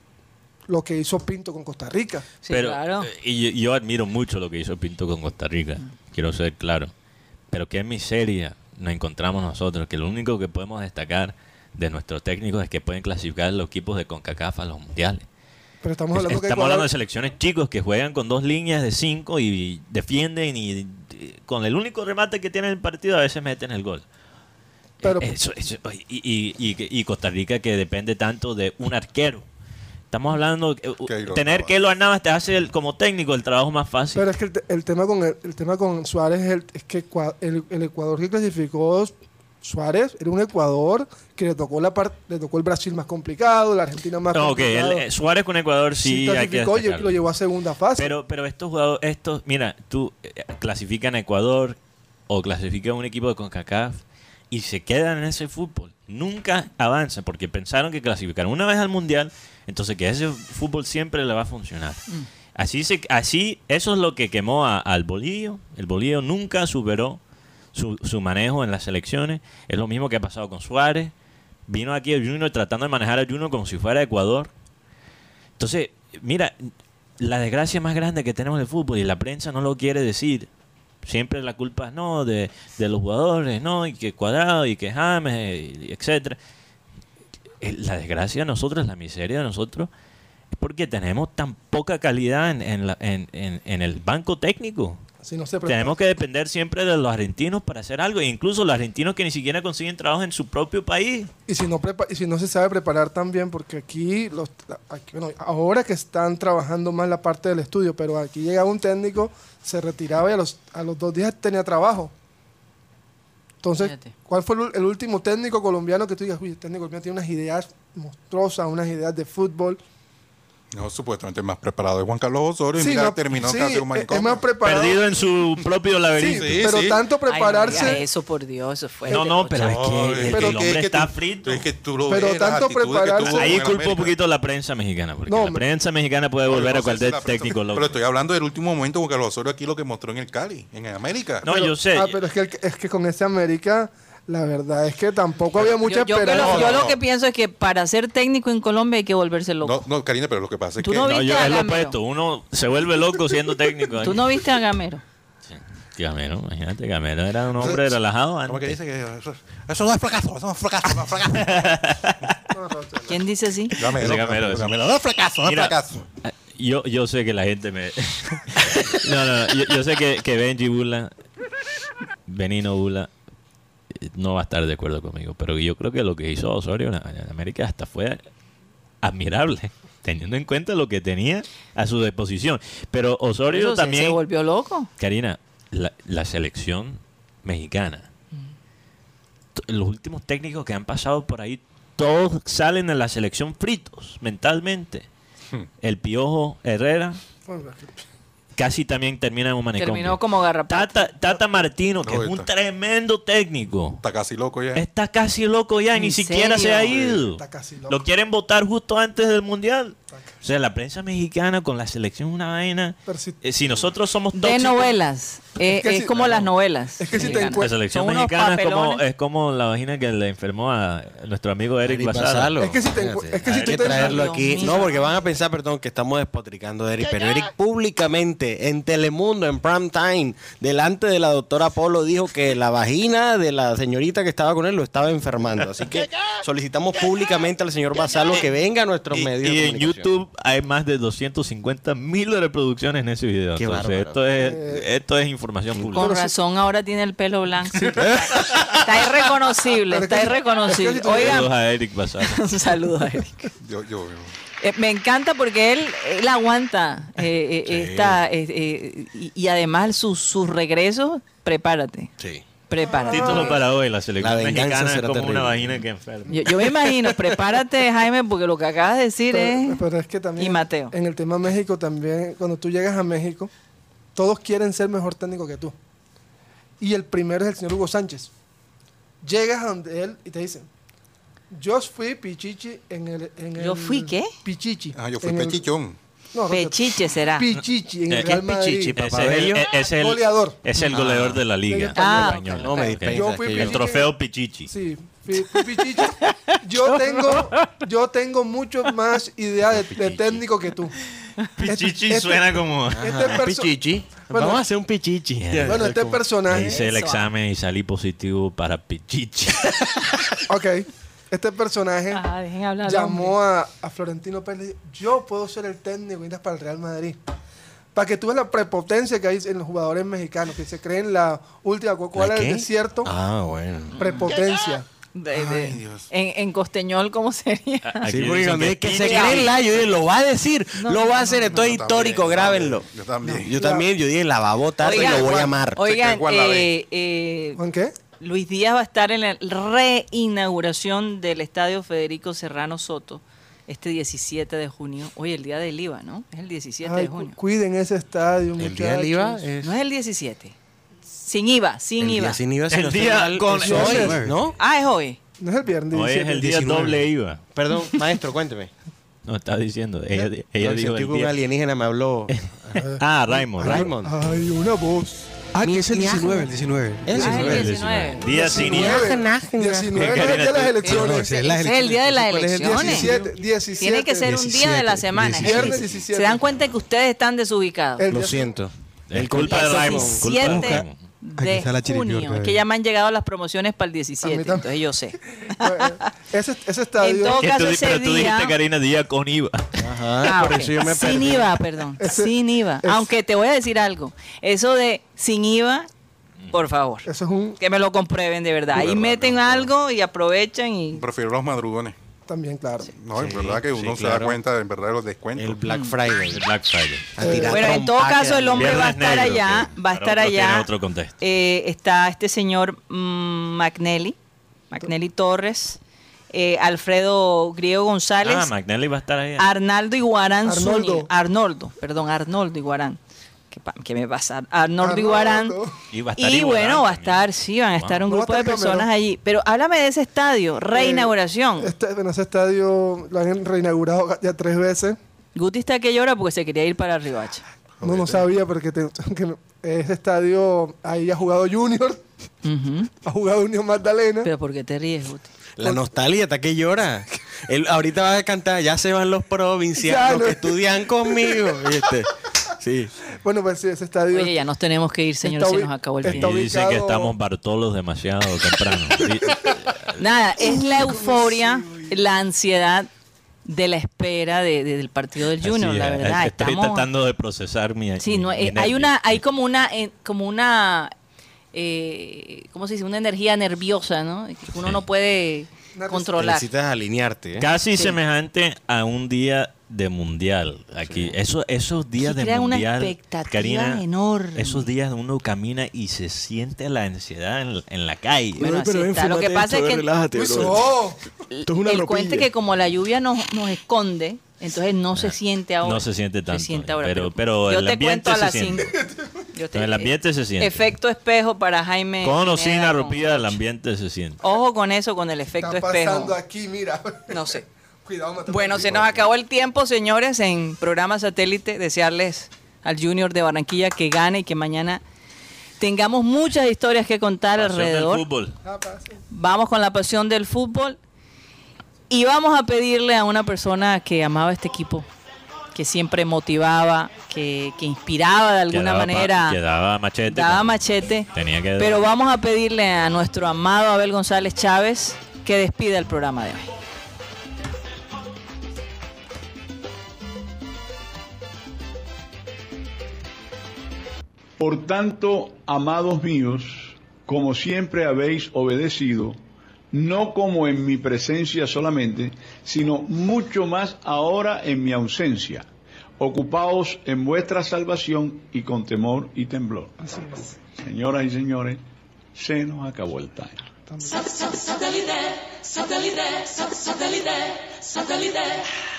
Speaker 4: lo que hizo Pinto con Costa Rica.
Speaker 2: sí,
Speaker 3: pero,
Speaker 2: claro. Mm.
Speaker 3: eh, Y yo, yo admiro mucho lo que hizo Pinto con Costa Rica, quiero ser claro. Pero qué miseria nos encontramos nosotros, que lo único que podemos destacar de nuestros técnicos es que pueden clasificar los equipos de CONCACAF a los mundiales.
Speaker 4: Pero estamos hablando que
Speaker 3: Estamos hablando de
Speaker 4: Ecuador-
Speaker 3: selecciones chicos que juegan con dos líneas de cinco y defienden y eh, con el único remate que tienen en el partido a veces meten el gol.
Speaker 4: Pero-
Speaker 3: Eh, Eso- eso- oye, y, y- y que- y Costa Rica que depende tanto de un arquero. Estamos hablando eh, u-
Speaker 6: Keylor
Speaker 3: tener
Speaker 6: Navas.
Speaker 3: que lo Navas te hace el- como técnico el trabajo más fácil.
Speaker 4: Pero es que el, te- el tema con el, el tema con Suárez es, el- es que cua- el, el Ecuador que clasificó Suárez era un Ecuador que le tocó la par- le tocó el Brasil más complicado, la Argentina más
Speaker 3: No, ok, el,
Speaker 4: complicado.
Speaker 3: eh, Suárez con Ecuador sí, hay que
Speaker 4: clasificó y
Speaker 3: destacarlo.
Speaker 4: lo llevó a segunda fase.
Speaker 3: Pero, pero estos jugadores, estos, mira, tú eh, clasifican a Ecuador o clasifican a un equipo de CONCACAF y se quedan en ese fútbol. Nunca avanzan porque pensaron que clasificaron una vez al Mundial, entonces que ese fútbol siempre le va a funcionar. Así, se, así eso es lo que quemó a- al Bolillo. El Bolillo nunca superó su, su manejo en las selecciones. Es lo mismo que ha pasado con Suárez. Vino aquí el Junior tratando de manejar al Junior como si fuera Ecuador. Entonces, mira, la desgracia más grande que tenemos en el fútbol y la prensa no lo quiere decir. Siempre la culpa es no de, de los jugadores, no, y que Cuadrado, y que James, eh, y etcétera. Eh, La desgracia de nosotros, la miseria de nosotros, es porque tenemos tan poca calidad en, en la- en- en- en el banco técnico.
Speaker 4: si no se prepara-
Speaker 3: Tenemos que depender siempre de los argentinos para hacer algo, e incluso los argentinos que ni siquiera consiguen trabajo en su propio país.
Speaker 4: Y si no prepa- y si no se sabe preparar también, porque aquí, los, la- aquí, bueno, ahora que están trabajando más la parte del estudio, pero aquí llegaba un técnico, se retiraba y a los, a los dos días tenía trabajo. Entonces,
Speaker 2: Fíjate.
Speaker 4: ¿cuál fue el, ul- el último técnico colombiano que tú digas, uy, el técnico colombiano tiene unas ideas monstruosas, unas ideas de fútbol?
Speaker 6: No, supuestamente el más preparado es Juan Carlos Osorio y
Speaker 4: Sí,
Speaker 6: mira,
Speaker 4: no,
Speaker 6: terminó
Speaker 4: sí,
Speaker 6: que hace un
Speaker 4: es-
Speaker 6: manicomio.
Speaker 4: es más preparado. Perdido
Speaker 3: en su propio laberinto.
Speaker 6: Sí,
Speaker 4: pero
Speaker 6: sí.
Speaker 4: tanto prepararse.
Speaker 2: Ay, no digas eso, por Dios, eso fue.
Speaker 3: No, no, pero es
Speaker 6: No,
Speaker 3: que el,
Speaker 6: pero
Speaker 3: el
Speaker 6: que-
Speaker 3: hombre
Speaker 6: que
Speaker 3: está
Speaker 6: tú-
Speaker 3: frito.
Speaker 6: es que tú lo
Speaker 4: Pero
Speaker 6: ves, las
Speaker 4: tanto
Speaker 6: actitudes que
Speaker 4: prepararse-
Speaker 6: tuvo
Speaker 3: Ahí
Speaker 6: en
Speaker 3: culpo un
Speaker 6: América.
Speaker 3: poquito la prensa mexicana, porque
Speaker 6: No,
Speaker 3: la
Speaker 6: hombre.
Speaker 3: prensa mexicana puede
Speaker 6: Pero
Speaker 3: volver
Speaker 6: no
Speaker 3: a
Speaker 6: sé si
Speaker 3: cualquier
Speaker 6: la prensa-
Speaker 3: técnico loco.
Speaker 6: Pero estoy hablando del último momento Juan Carlos Osorio aquí lo que mostró en el Cali, en el América.
Speaker 3: No, yo sé.
Speaker 4: Ah, pero es que, el- es que con ese América, la verdad es que tampoco había mucha
Speaker 2: Yo, yo que lo-
Speaker 4: esperanza.
Speaker 2: yo
Speaker 6: no,
Speaker 2: lo
Speaker 6: no.
Speaker 2: que pienso es que para ser técnico en Colombia hay que volverse loco.
Speaker 6: No, no, Karina, pero lo que pasa es
Speaker 2: Tú
Speaker 6: que
Speaker 2: no
Speaker 3: No,
Speaker 2: viste
Speaker 3: yo
Speaker 2: a
Speaker 3: es lo
Speaker 2: Gamero.
Speaker 3: opuesto. Uno se vuelve loco siendo técnico.
Speaker 2: Tú no viste a Gamero.
Speaker 3: Gamero, imagínate, Gamero era un hombre relajado
Speaker 6: ¿Cómo que
Speaker 3: antes.
Speaker 6: dice que eso, eso no es fracaso, eso no es fracaso, no es fracaso?
Speaker 3: <laughs>
Speaker 2: ¿Quién dice así?
Speaker 6: Gamero,
Speaker 3: Ese Gamero,
Speaker 6: Gamero,
Speaker 3: ese.
Speaker 6: Gamero, no es fracaso, no es
Speaker 3: Mira,
Speaker 6: fracaso.
Speaker 3: Ah, Yo, yo sé que la gente me... <laughs> no, no, no. Yo, yo sé que, que Benji Bula, Benino Bula, eh, no va a estar de acuerdo conmigo. Pero yo creo que lo que hizo Osorio en, en América hasta fue admirable, teniendo en cuenta lo que tenía a su disposición. Pero Osorio
Speaker 2: Eso se-
Speaker 3: también...
Speaker 2: Se volvió loco.
Speaker 3: Karina, la, la selección mexicana.
Speaker 2: Mm.
Speaker 3: T- Los últimos técnicos que han pasado por ahí, todos salen a la selección fritos mentalmente.
Speaker 2: Hmm.
Speaker 3: El Piojo Herrera
Speaker 4: Pues,
Speaker 2: <laughs>
Speaker 3: casi también termina en un manicomio.
Speaker 2: Terminó como garrapata.
Speaker 3: Tata, Tata Martino, que
Speaker 6: No,
Speaker 3: es un
Speaker 6: está.
Speaker 3: tremendo técnico.
Speaker 6: Está casi loco ya.
Speaker 3: Está casi loco ya,
Speaker 2: ¿En
Speaker 3: ni siquiera se
Speaker 2: serio?
Speaker 3: ha ido.
Speaker 4: Está casi loco.
Speaker 3: Lo quieren votar justo antes del Mundial. O sea, la prensa mexicana con la selección es una vaina.
Speaker 4: Pero si-
Speaker 3: Eh, si nosotros somos
Speaker 2: De
Speaker 3: tóxicos-
Speaker 2: novelas. Eh, Es,
Speaker 4: que si-
Speaker 2: como las novelas.
Speaker 4: es que si te
Speaker 2: mexicanas.
Speaker 3: La
Speaker 4: encuentras-
Speaker 3: selección
Speaker 2: Son unos
Speaker 3: mexicana es como, eh,
Speaker 2: papelones.
Speaker 3: es como la vagina que le enfermó a nuestro amigo Eric
Speaker 5: Eric
Speaker 3: Basalo.
Speaker 5: Basalo.
Speaker 4: Es que si te encu-
Speaker 5: Fíjate,
Speaker 4: es que si
Speaker 5: hay
Speaker 4: tú
Speaker 5: que
Speaker 4: te-
Speaker 5: traerlo
Speaker 2: Dios
Speaker 5: aquí.
Speaker 2: mío.
Speaker 5: No, porque van a pensar, perdón, que estamos despotricando de Eric. Pero Eric públicamente, en Telemundo, en prime time, delante de la doctora Polo, dijo que la vagina de la señorita que estaba con él lo estaba enfermando. Así
Speaker 4: <laughs>
Speaker 5: que solicitamos públicamente al señor Basalo que venga a nuestros
Speaker 3: Y,
Speaker 5: medios.
Speaker 3: y
Speaker 5: de
Speaker 3: en
Speaker 5: comunicación.
Speaker 3: YouTube hay más de 250 mil reproducciones en ese video.
Speaker 5: Qué
Speaker 3: Entonces,
Speaker 5: bárbaro.
Speaker 3: esto es,
Speaker 4: Eh,
Speaker 3: esto es información pública.
Speaker 2: Con razón ahora tiene el pelo blanco. Está irreconocible,
Speaker 4: Pero es que
Speaker 2: está
Speaker 4: si-
Speaker 2: irreconocible.
Speaker 4: es que si tú-
Speaker 3: Saludos
Speaker 2: Oigan,
Speaker 3: a Eric
Speaker 4: <laughs>
Speaker 3: Basalo.
Speaker 2: <laughs> un saludo a Eric.
Speaker 6: Yo, yo, yo.
Speaker 2: Eh, me encanta porque él, él aguanta eh, eh, esta eh, eh, y, y además sus sus regresos, prepárate,
Speaker 5: Sí.
Speaker 2: prepárate.
Speaker 3: Título para hoy, la selección
Speaker 5: La venganza
Speaker 3: mexicana es
Speaker 5: será
Speaker 3: como
Speaker 5: terrible.
Speaker 3: una vagina que enferma.
Speaker 2: Yo, yo me imagino, prepárate Jaime porque lo que acabas de decir
Speaker 4: Pero,
Speaker 2: es
Speaker 4: pero es que también
Speaker 2: y Mateo.
Speaker 4: en el tema México también, cuando tú llegas a México, todos quieren ser mejor técnico que tú. Y el primero es el señor Hugo Sánchez. Llegas a donde él y te dicen, yo fui pichichi en el... en
Speaker 2: ¿Yo
Speaker 4: el-
Speaker 2: fui qué?
Speaker 4: Pichichi.
Speaker 6: Ah, yo fui
Speaker 4: en el-
Speaker 6: pechichón.
Speaker 4: no,
Speaker 2: pechiche será.
Speaker 4: Pichichi en
Speaker 3: Eh,
Speaker 4: el
Speaker 3: ¿qué
Speaker 4: Real Madrid.
Speaker 5: pichichi,
Speaker 3: Ese
Speaker 5: papá?
Speaker 3: es el,
Speaker 5: Bello.
Speaker 3: e- es el-
Speaker 4: Goleador.
Speaker 3: es el goleador de la liga
Speaker 2: Ah,
Speaker 3: española.
Speaker 5: No me
Speaker 3: Ok.
Speaker 5: dispensa.
Speaker 4: Yo fui
Speaker 5: que
Speaker 3: El
Speaker 4: pichichi.
Speaker 3: trofeo
Speaker 4: <laughs>
Speaker 3: Pichichi.
Speaker 4: Sí, fui- fui pichichi.
Speaker 2: <laughs>
Speaker 4: Yo tengo, yo tengo mucho más idea de, de técnico que tú.
Speaker 3: Pichichi
Speaker 4: Este-
Speaker 3: suena como...
Speaker 4: Este
Speaker 5: Ajá,
Speaker 4: perso-
Speaker 5: pichichi.
Speaker 4: Bueno,
Speaker 5: Vamos a hacer un pichichi.
Speaker 4: Bueno, este personaje...
Speaker 3: Hice el
Speaker 2: Eso.
Speaker 3: examen y salí positivo para
Speaker 2: <laughs>
Speaker 3: Pichichi.
Speaker 4: Ok, este personaje
Speaker 2: Ah, dejen hablar al
Speaker 4: llamó a, a Florentino Pérez. Yo puedo ser el técnico mientras para el Real Madrid. Para que tú veas la prepotencia que hay en los jugadores mexicanos, que se creen la última Coca-Cola
Speaker 5: ¿La
Speaker 4: del
Speaker 5: qué?
Speaker 4: desierto.
Speaker 5: Ah, bueno.
Speaker 4: Prepotencia.
Speaker 2: De- de- en, en costeñol, ¿cómo sería?
Speaker 5: Sí,
Speaker 2: <laughs>
Speaker 3: Aquí
Speaker 5: porque
Speaker 3: dicen
Speaker 5: cuando
Speaker 3: que
Speaker 5: es que se
Speaker 3: Pichichi-
Speaker 5: cree en la, yo dije, lo va a decir, lo va a hacer, esto es
Speaker 6: Yo también,
Speaker 5: histórico,
Speaker 6: yo
Speaker 5: grábenlo.
Speaker 6: también, Yo también.
Speaker 5: Yo también, yo dije, la va a votar y
Speaker 2: Oigan,
Speaker 5: lo voy a amar.
Speaker 2: Oigan,
Speaker 6: quedó en la B.
Speaker 2: eh, eh,
Speaker 4: ¿Juan qué?
Speaker 2: Luis Díaz va a estar en la reinauguración del Estadio Federico Serrano Soto este 17 de junio. Hoy el día del IVA, ¿no? Es el 17
Speaker 4: Ay,
Speaker 2: de
Speaker 4: cu-
Speaker 2: junio.
Speaker 4: cuiden ese estadio,
Speaker 5: El día del IVA Eh.
Speaker 4: muchachos.
Speaker 5: es.
Speaker 2: No es el 17. Sin IVA, sin
Speaker 5: el día
Speaker 2: IVA.
Speaker 5: sin IVA, si
Speaker 3: El
Speaker 5: no estoy
Speaker 3: día
Speaker 5: mal,
Speaker 3: con-
Speaker 5: es hoy,
Speaker 4: Hoy.
Speaker 5: ¿no?
Speaker 2: Ah, es hoy.
Speaker 4: No es el viernes.
Speaker 3: Hoy es
Speaker 4: 17.
Speaker 3: el día
Speaker 5: 19.
Speaker 3: doble IVA.
Speaker 5: Perdón, maestro, cuénteme.
Speaker 3: No, está diciendo. Ella, ella dijo
Speaker 5: No, sentí
Speaker 3: el
Speaker 5: que un
Speaker 3: día-
Speaker 5: alienígena me habló.
Speaker 3: <laughs> Ah, Raymond. Raymond.
Speaker 5: Raymond.
Speaker 4: Ay, una voz.
Speaker 11: Ah, que es el 19, el 19.
Speaker 5: El
Speaker 2: Ah, es
Speaker 5: 19.
Speaker 2: el 19.
Speaker 3: Día sin IVA.
Speaker 4: 19 es el día de las
Speaker 11: No,
Speaker 4: elecciones.
Speaker 11: ese es la
Speaker 2: Ese es el día de las
Speaker 11: ¿Cuál es el día?
Speaker 2: elecciones.
Speaker 4: 17, 17.
Speaker 2: Tiene que ser un día de la
Speaker 11: 17,
Speaker 2: semana.
Speaker 11: 17.
Speaker 4: Viernes 17.
Speaker 2: Se dan cuenta que ustedes están desubicados.
Speaker 4: El
Speaker 5: Lo
Speaker 4: día-
Speaker 5: siento.
Speaker 3: Es culpa de Raymond. Culpa de
Speaker 2: 17
Speaker 3: Raymond.
Speaker 11: Aquí
Speaker 2: de
Speaker 11: está la chiripiorca,
Speaker 2: junio. Es que
Speaker 11: eh.
Speaker 2: ya me han llegado las promociones para el 17,
Speaker 4: A mí también.
Speaker 2: entonces yo sé.
Speaker 4: eh, Ese, ese estadio.
Speaker 2: Entonces,
Speaker 3: Que tú di-
Speaker 2: ese
Speaker 3: pero tú
Speaker 2: día-
Speaker 3: dijiste, Karina, día
Speaker 2: <laughs>
Speaker 3: con IVA.
Speaker 5: Ajá,
Speaker 2: Ah,
Speaker 5: por
Speaker 2: ok.
Speaker 5: eso yo me
Speaker 2: sin
Speaker 5: perdí.
Speaker 2: IVA, perdón.
Speaker 4: Ese-
Speaker 2: sin IVA.
Speaker 4: ese-
Speaker 2: Aunque te voy a decir algo. Eso de sin IVA, por favor.
Speaker 4: eso es un.
Speaker 2: Que me lo comprueben de verdad. Ahí
Speaker 6: verdad,
Speaker 2: meten
Speaker 6: no, no.
Speaker 2: algo y aprovechan y...
Speaker 6: Prefiero los madrugones.
Speaker 4: También, claro.
Speaker 6: No, en
Speaker 5: Sí,
Speaker 6: verdad que
Speaker 5: sí,
Speaker 6: uno se
Speaker 5: claro.
Speaker 6: da cuenta en verdad de los descuentos.
Speaker 5: El Black Friday.
Speaker 3: El Black Friday.
Speaker 5: A tirar
Speaker 2: Eh, Bueno, en todo
Speaker 5: trompadas.
Speaker 2: caso el hombre va a
Speaker 3: Viernes
Speaker 2: estar
Speaker 3: negro,
Speaker 2: allá,
Speaker 3: que
Speaker 2: va a
Speaker 3: para
Speaker 2: estar
Speaker 3: otros tiene
Speaker 2: allá.
Speaker 3: otro contexto.
Speaker 2: Eh, está este señor mm, McNally, McNally Torres, eh, Alfredo Griego González,
Speaker 3: Ah, McNally va a estar ahí.
Speaker 2: Arnaldo Iguarán
Speaker 3: Arnoldo.
Speaker 2: Zúñiga. Arnoldo, perdón, Arnoldo Iguarán. ¿Qué, pa- qué me pasa? Arnoldo Iguarán.
Speaker 3: Y va a estar
Speaker 2: Y
Speaker 3: Iguarán
Speaker 2: bueno, va a
Speaker 3: también.
Speaker 2: estar, sí, van a
Speaker 3: Wow.
Speaker 2: estar un
Speaker 4: No va a
Speaker 2: grupo de
Speaker 4: estar Eh, Gamero.
Speaker 2: personas allí. Pero háblame de ese estadio, reinauguración.
Speaker 4: Este, en ese estadio lo han reinaugurado ya tres veces.
Speaker 2: Guti está que llora porque se quería ir para Ribacha.
Speaker 4: No, no sabía porque te- que no- ese estadio ahí ha jugado Junior, <laughs> ha jugado Unión Magdalena.
Speaker 2: Pero ¿por qué te ríes, Guti?
Speaker 5: La nostalgia está que llora. Él ahorita va a cantar, ya se van los
Speaker 4: Ya
Speaker 5: provincianos
Speaker 4: no-
Speaker 5: que estudian conmigo. ¿viste? Sí.
Speaker 4: Bueno, pues sí, ese estadio.
Speaker 2: Oye, ya nos tenemos que ir, señor,
Speaker 4: Está
Speaker 2: se
Speaker 4: ubi-
Speaker 2: nos acabó el
Speaker 3: Y
Speaker 2: tiempo.
Speaker 3: dicen que estamos Bartolos demasiado
Speaker 2: <laughs>
Speaker 3: temprano. Sí.
Speaker 2: Nada, es la euforia, la ansiedad de la espera de- de- del partido del Junior,
Speaker 3: Así
Speaker 2: la
Speaker 3: es.
Speaker 2: verdad.
Speaker 3: Estoy
Speaker 2: estamos...
Speaker 3: tratando de procesar mi.
Speaker 2: Sí, no,
Speaker 3: mi
Speaker 2: eh, hay
Speaker 3: nervio.
Speaker 2: una, hay como una, eh, como una, eh, ¿cómo se dice? Una energía nerviosa, ¿no? Que uno
Speaker 3: Sí.
Speaker 2: no puede controlar.
Speaker 5: Necesitas alinearte. ¿eh?
Speaker 3: Casi
Speaker 2: Sí.
Speaker 3: semejante a un día de mundial aquí. Eso- esos días
Speaker 2: Sí,
Speaker 3: de
Speaker 2: crea una
Speaker 3: mundial.
Speaker 2: expectativa
Speaker 3: Karina,
Speaker 2: enorme.
Speaker 3: Esos días uno camina y se siente la ansiedad en, en la calle.
Speaker 2: Bueno, así está. Lo que pasa es que
Speaker 5: Esto es una
Speaker 2: el
Speaker 5: ropilla.
Speaker 2: cuento es que como la lluvia nos, nos esconde, entonces no se siente ahora.
Speaker 3: Ah. no se siente tanto.
Speaker 2: siente ahora,
Speaker 3: pero, pero
Speaker 2: Yo
Speaker 3: el
Speaker 2: te cuento
Speaker 3: ambiente
Speaker 2: a
Speaker 3: se
Speaker 2: las
Speaker 3: siente.
Speaker 2: 5. Yo te-
Speaker 3: No, el ambiente se siente.
Speaker 2: Efecto espejo para Jaime.
Speaker 3: Con o sin
Speaker 2: Pineda,
Speaker 3: la
Speaker 2: con-
Speaker 3: ropilla, el ambiente se siente.
Speaker 2: Ojo con eso, con el efecto
Speaker 4: está
Speaker 2: espejo.
Speaker 4: pasando aquí, mira.
Speaker 2: No sé.
Speaker 4: <laughs> Cuidado, Mateo.
Speaker 2: Bueno, se nos acabó el tiempo, señores, en programa satélite. Desearles al Junior de Barranquilla que gane y que mañana tengamos muchas historias que contar
Speaker 3: Pasión del
Speaker 2: alrededor.
Speaker 3: fútbol.
Speaker 4: Ah,
Speaker 2: Vamos con la pasión del fútbol y vamos a pedirle a una persona que amaba este equipo, que siempre motivaba, que, que inspiraba de alguna
Speaker 3: Quedaba pa-
Speaker 2: manera,
Speaker 3: Quedaba machete. pues.
Speaker 2: daba machete.
Speaker 3: Tenía que.
Speaker 2: Pero vamos a pedirle a nuestro amado Abel González Chávez que despida el programa de hoy.
Speaker 8: Por tanto, amados míos, como siempre habéis obedecido, no como en mi presencia solamente, sino mucho más ahora en mi ausencia. Ocupaos en vuestra salvación y con temor y temblor. Señoras y señores, se nos acabó el time.
Speaker 7: Satellite, satellite, satellite, satellite, satellite.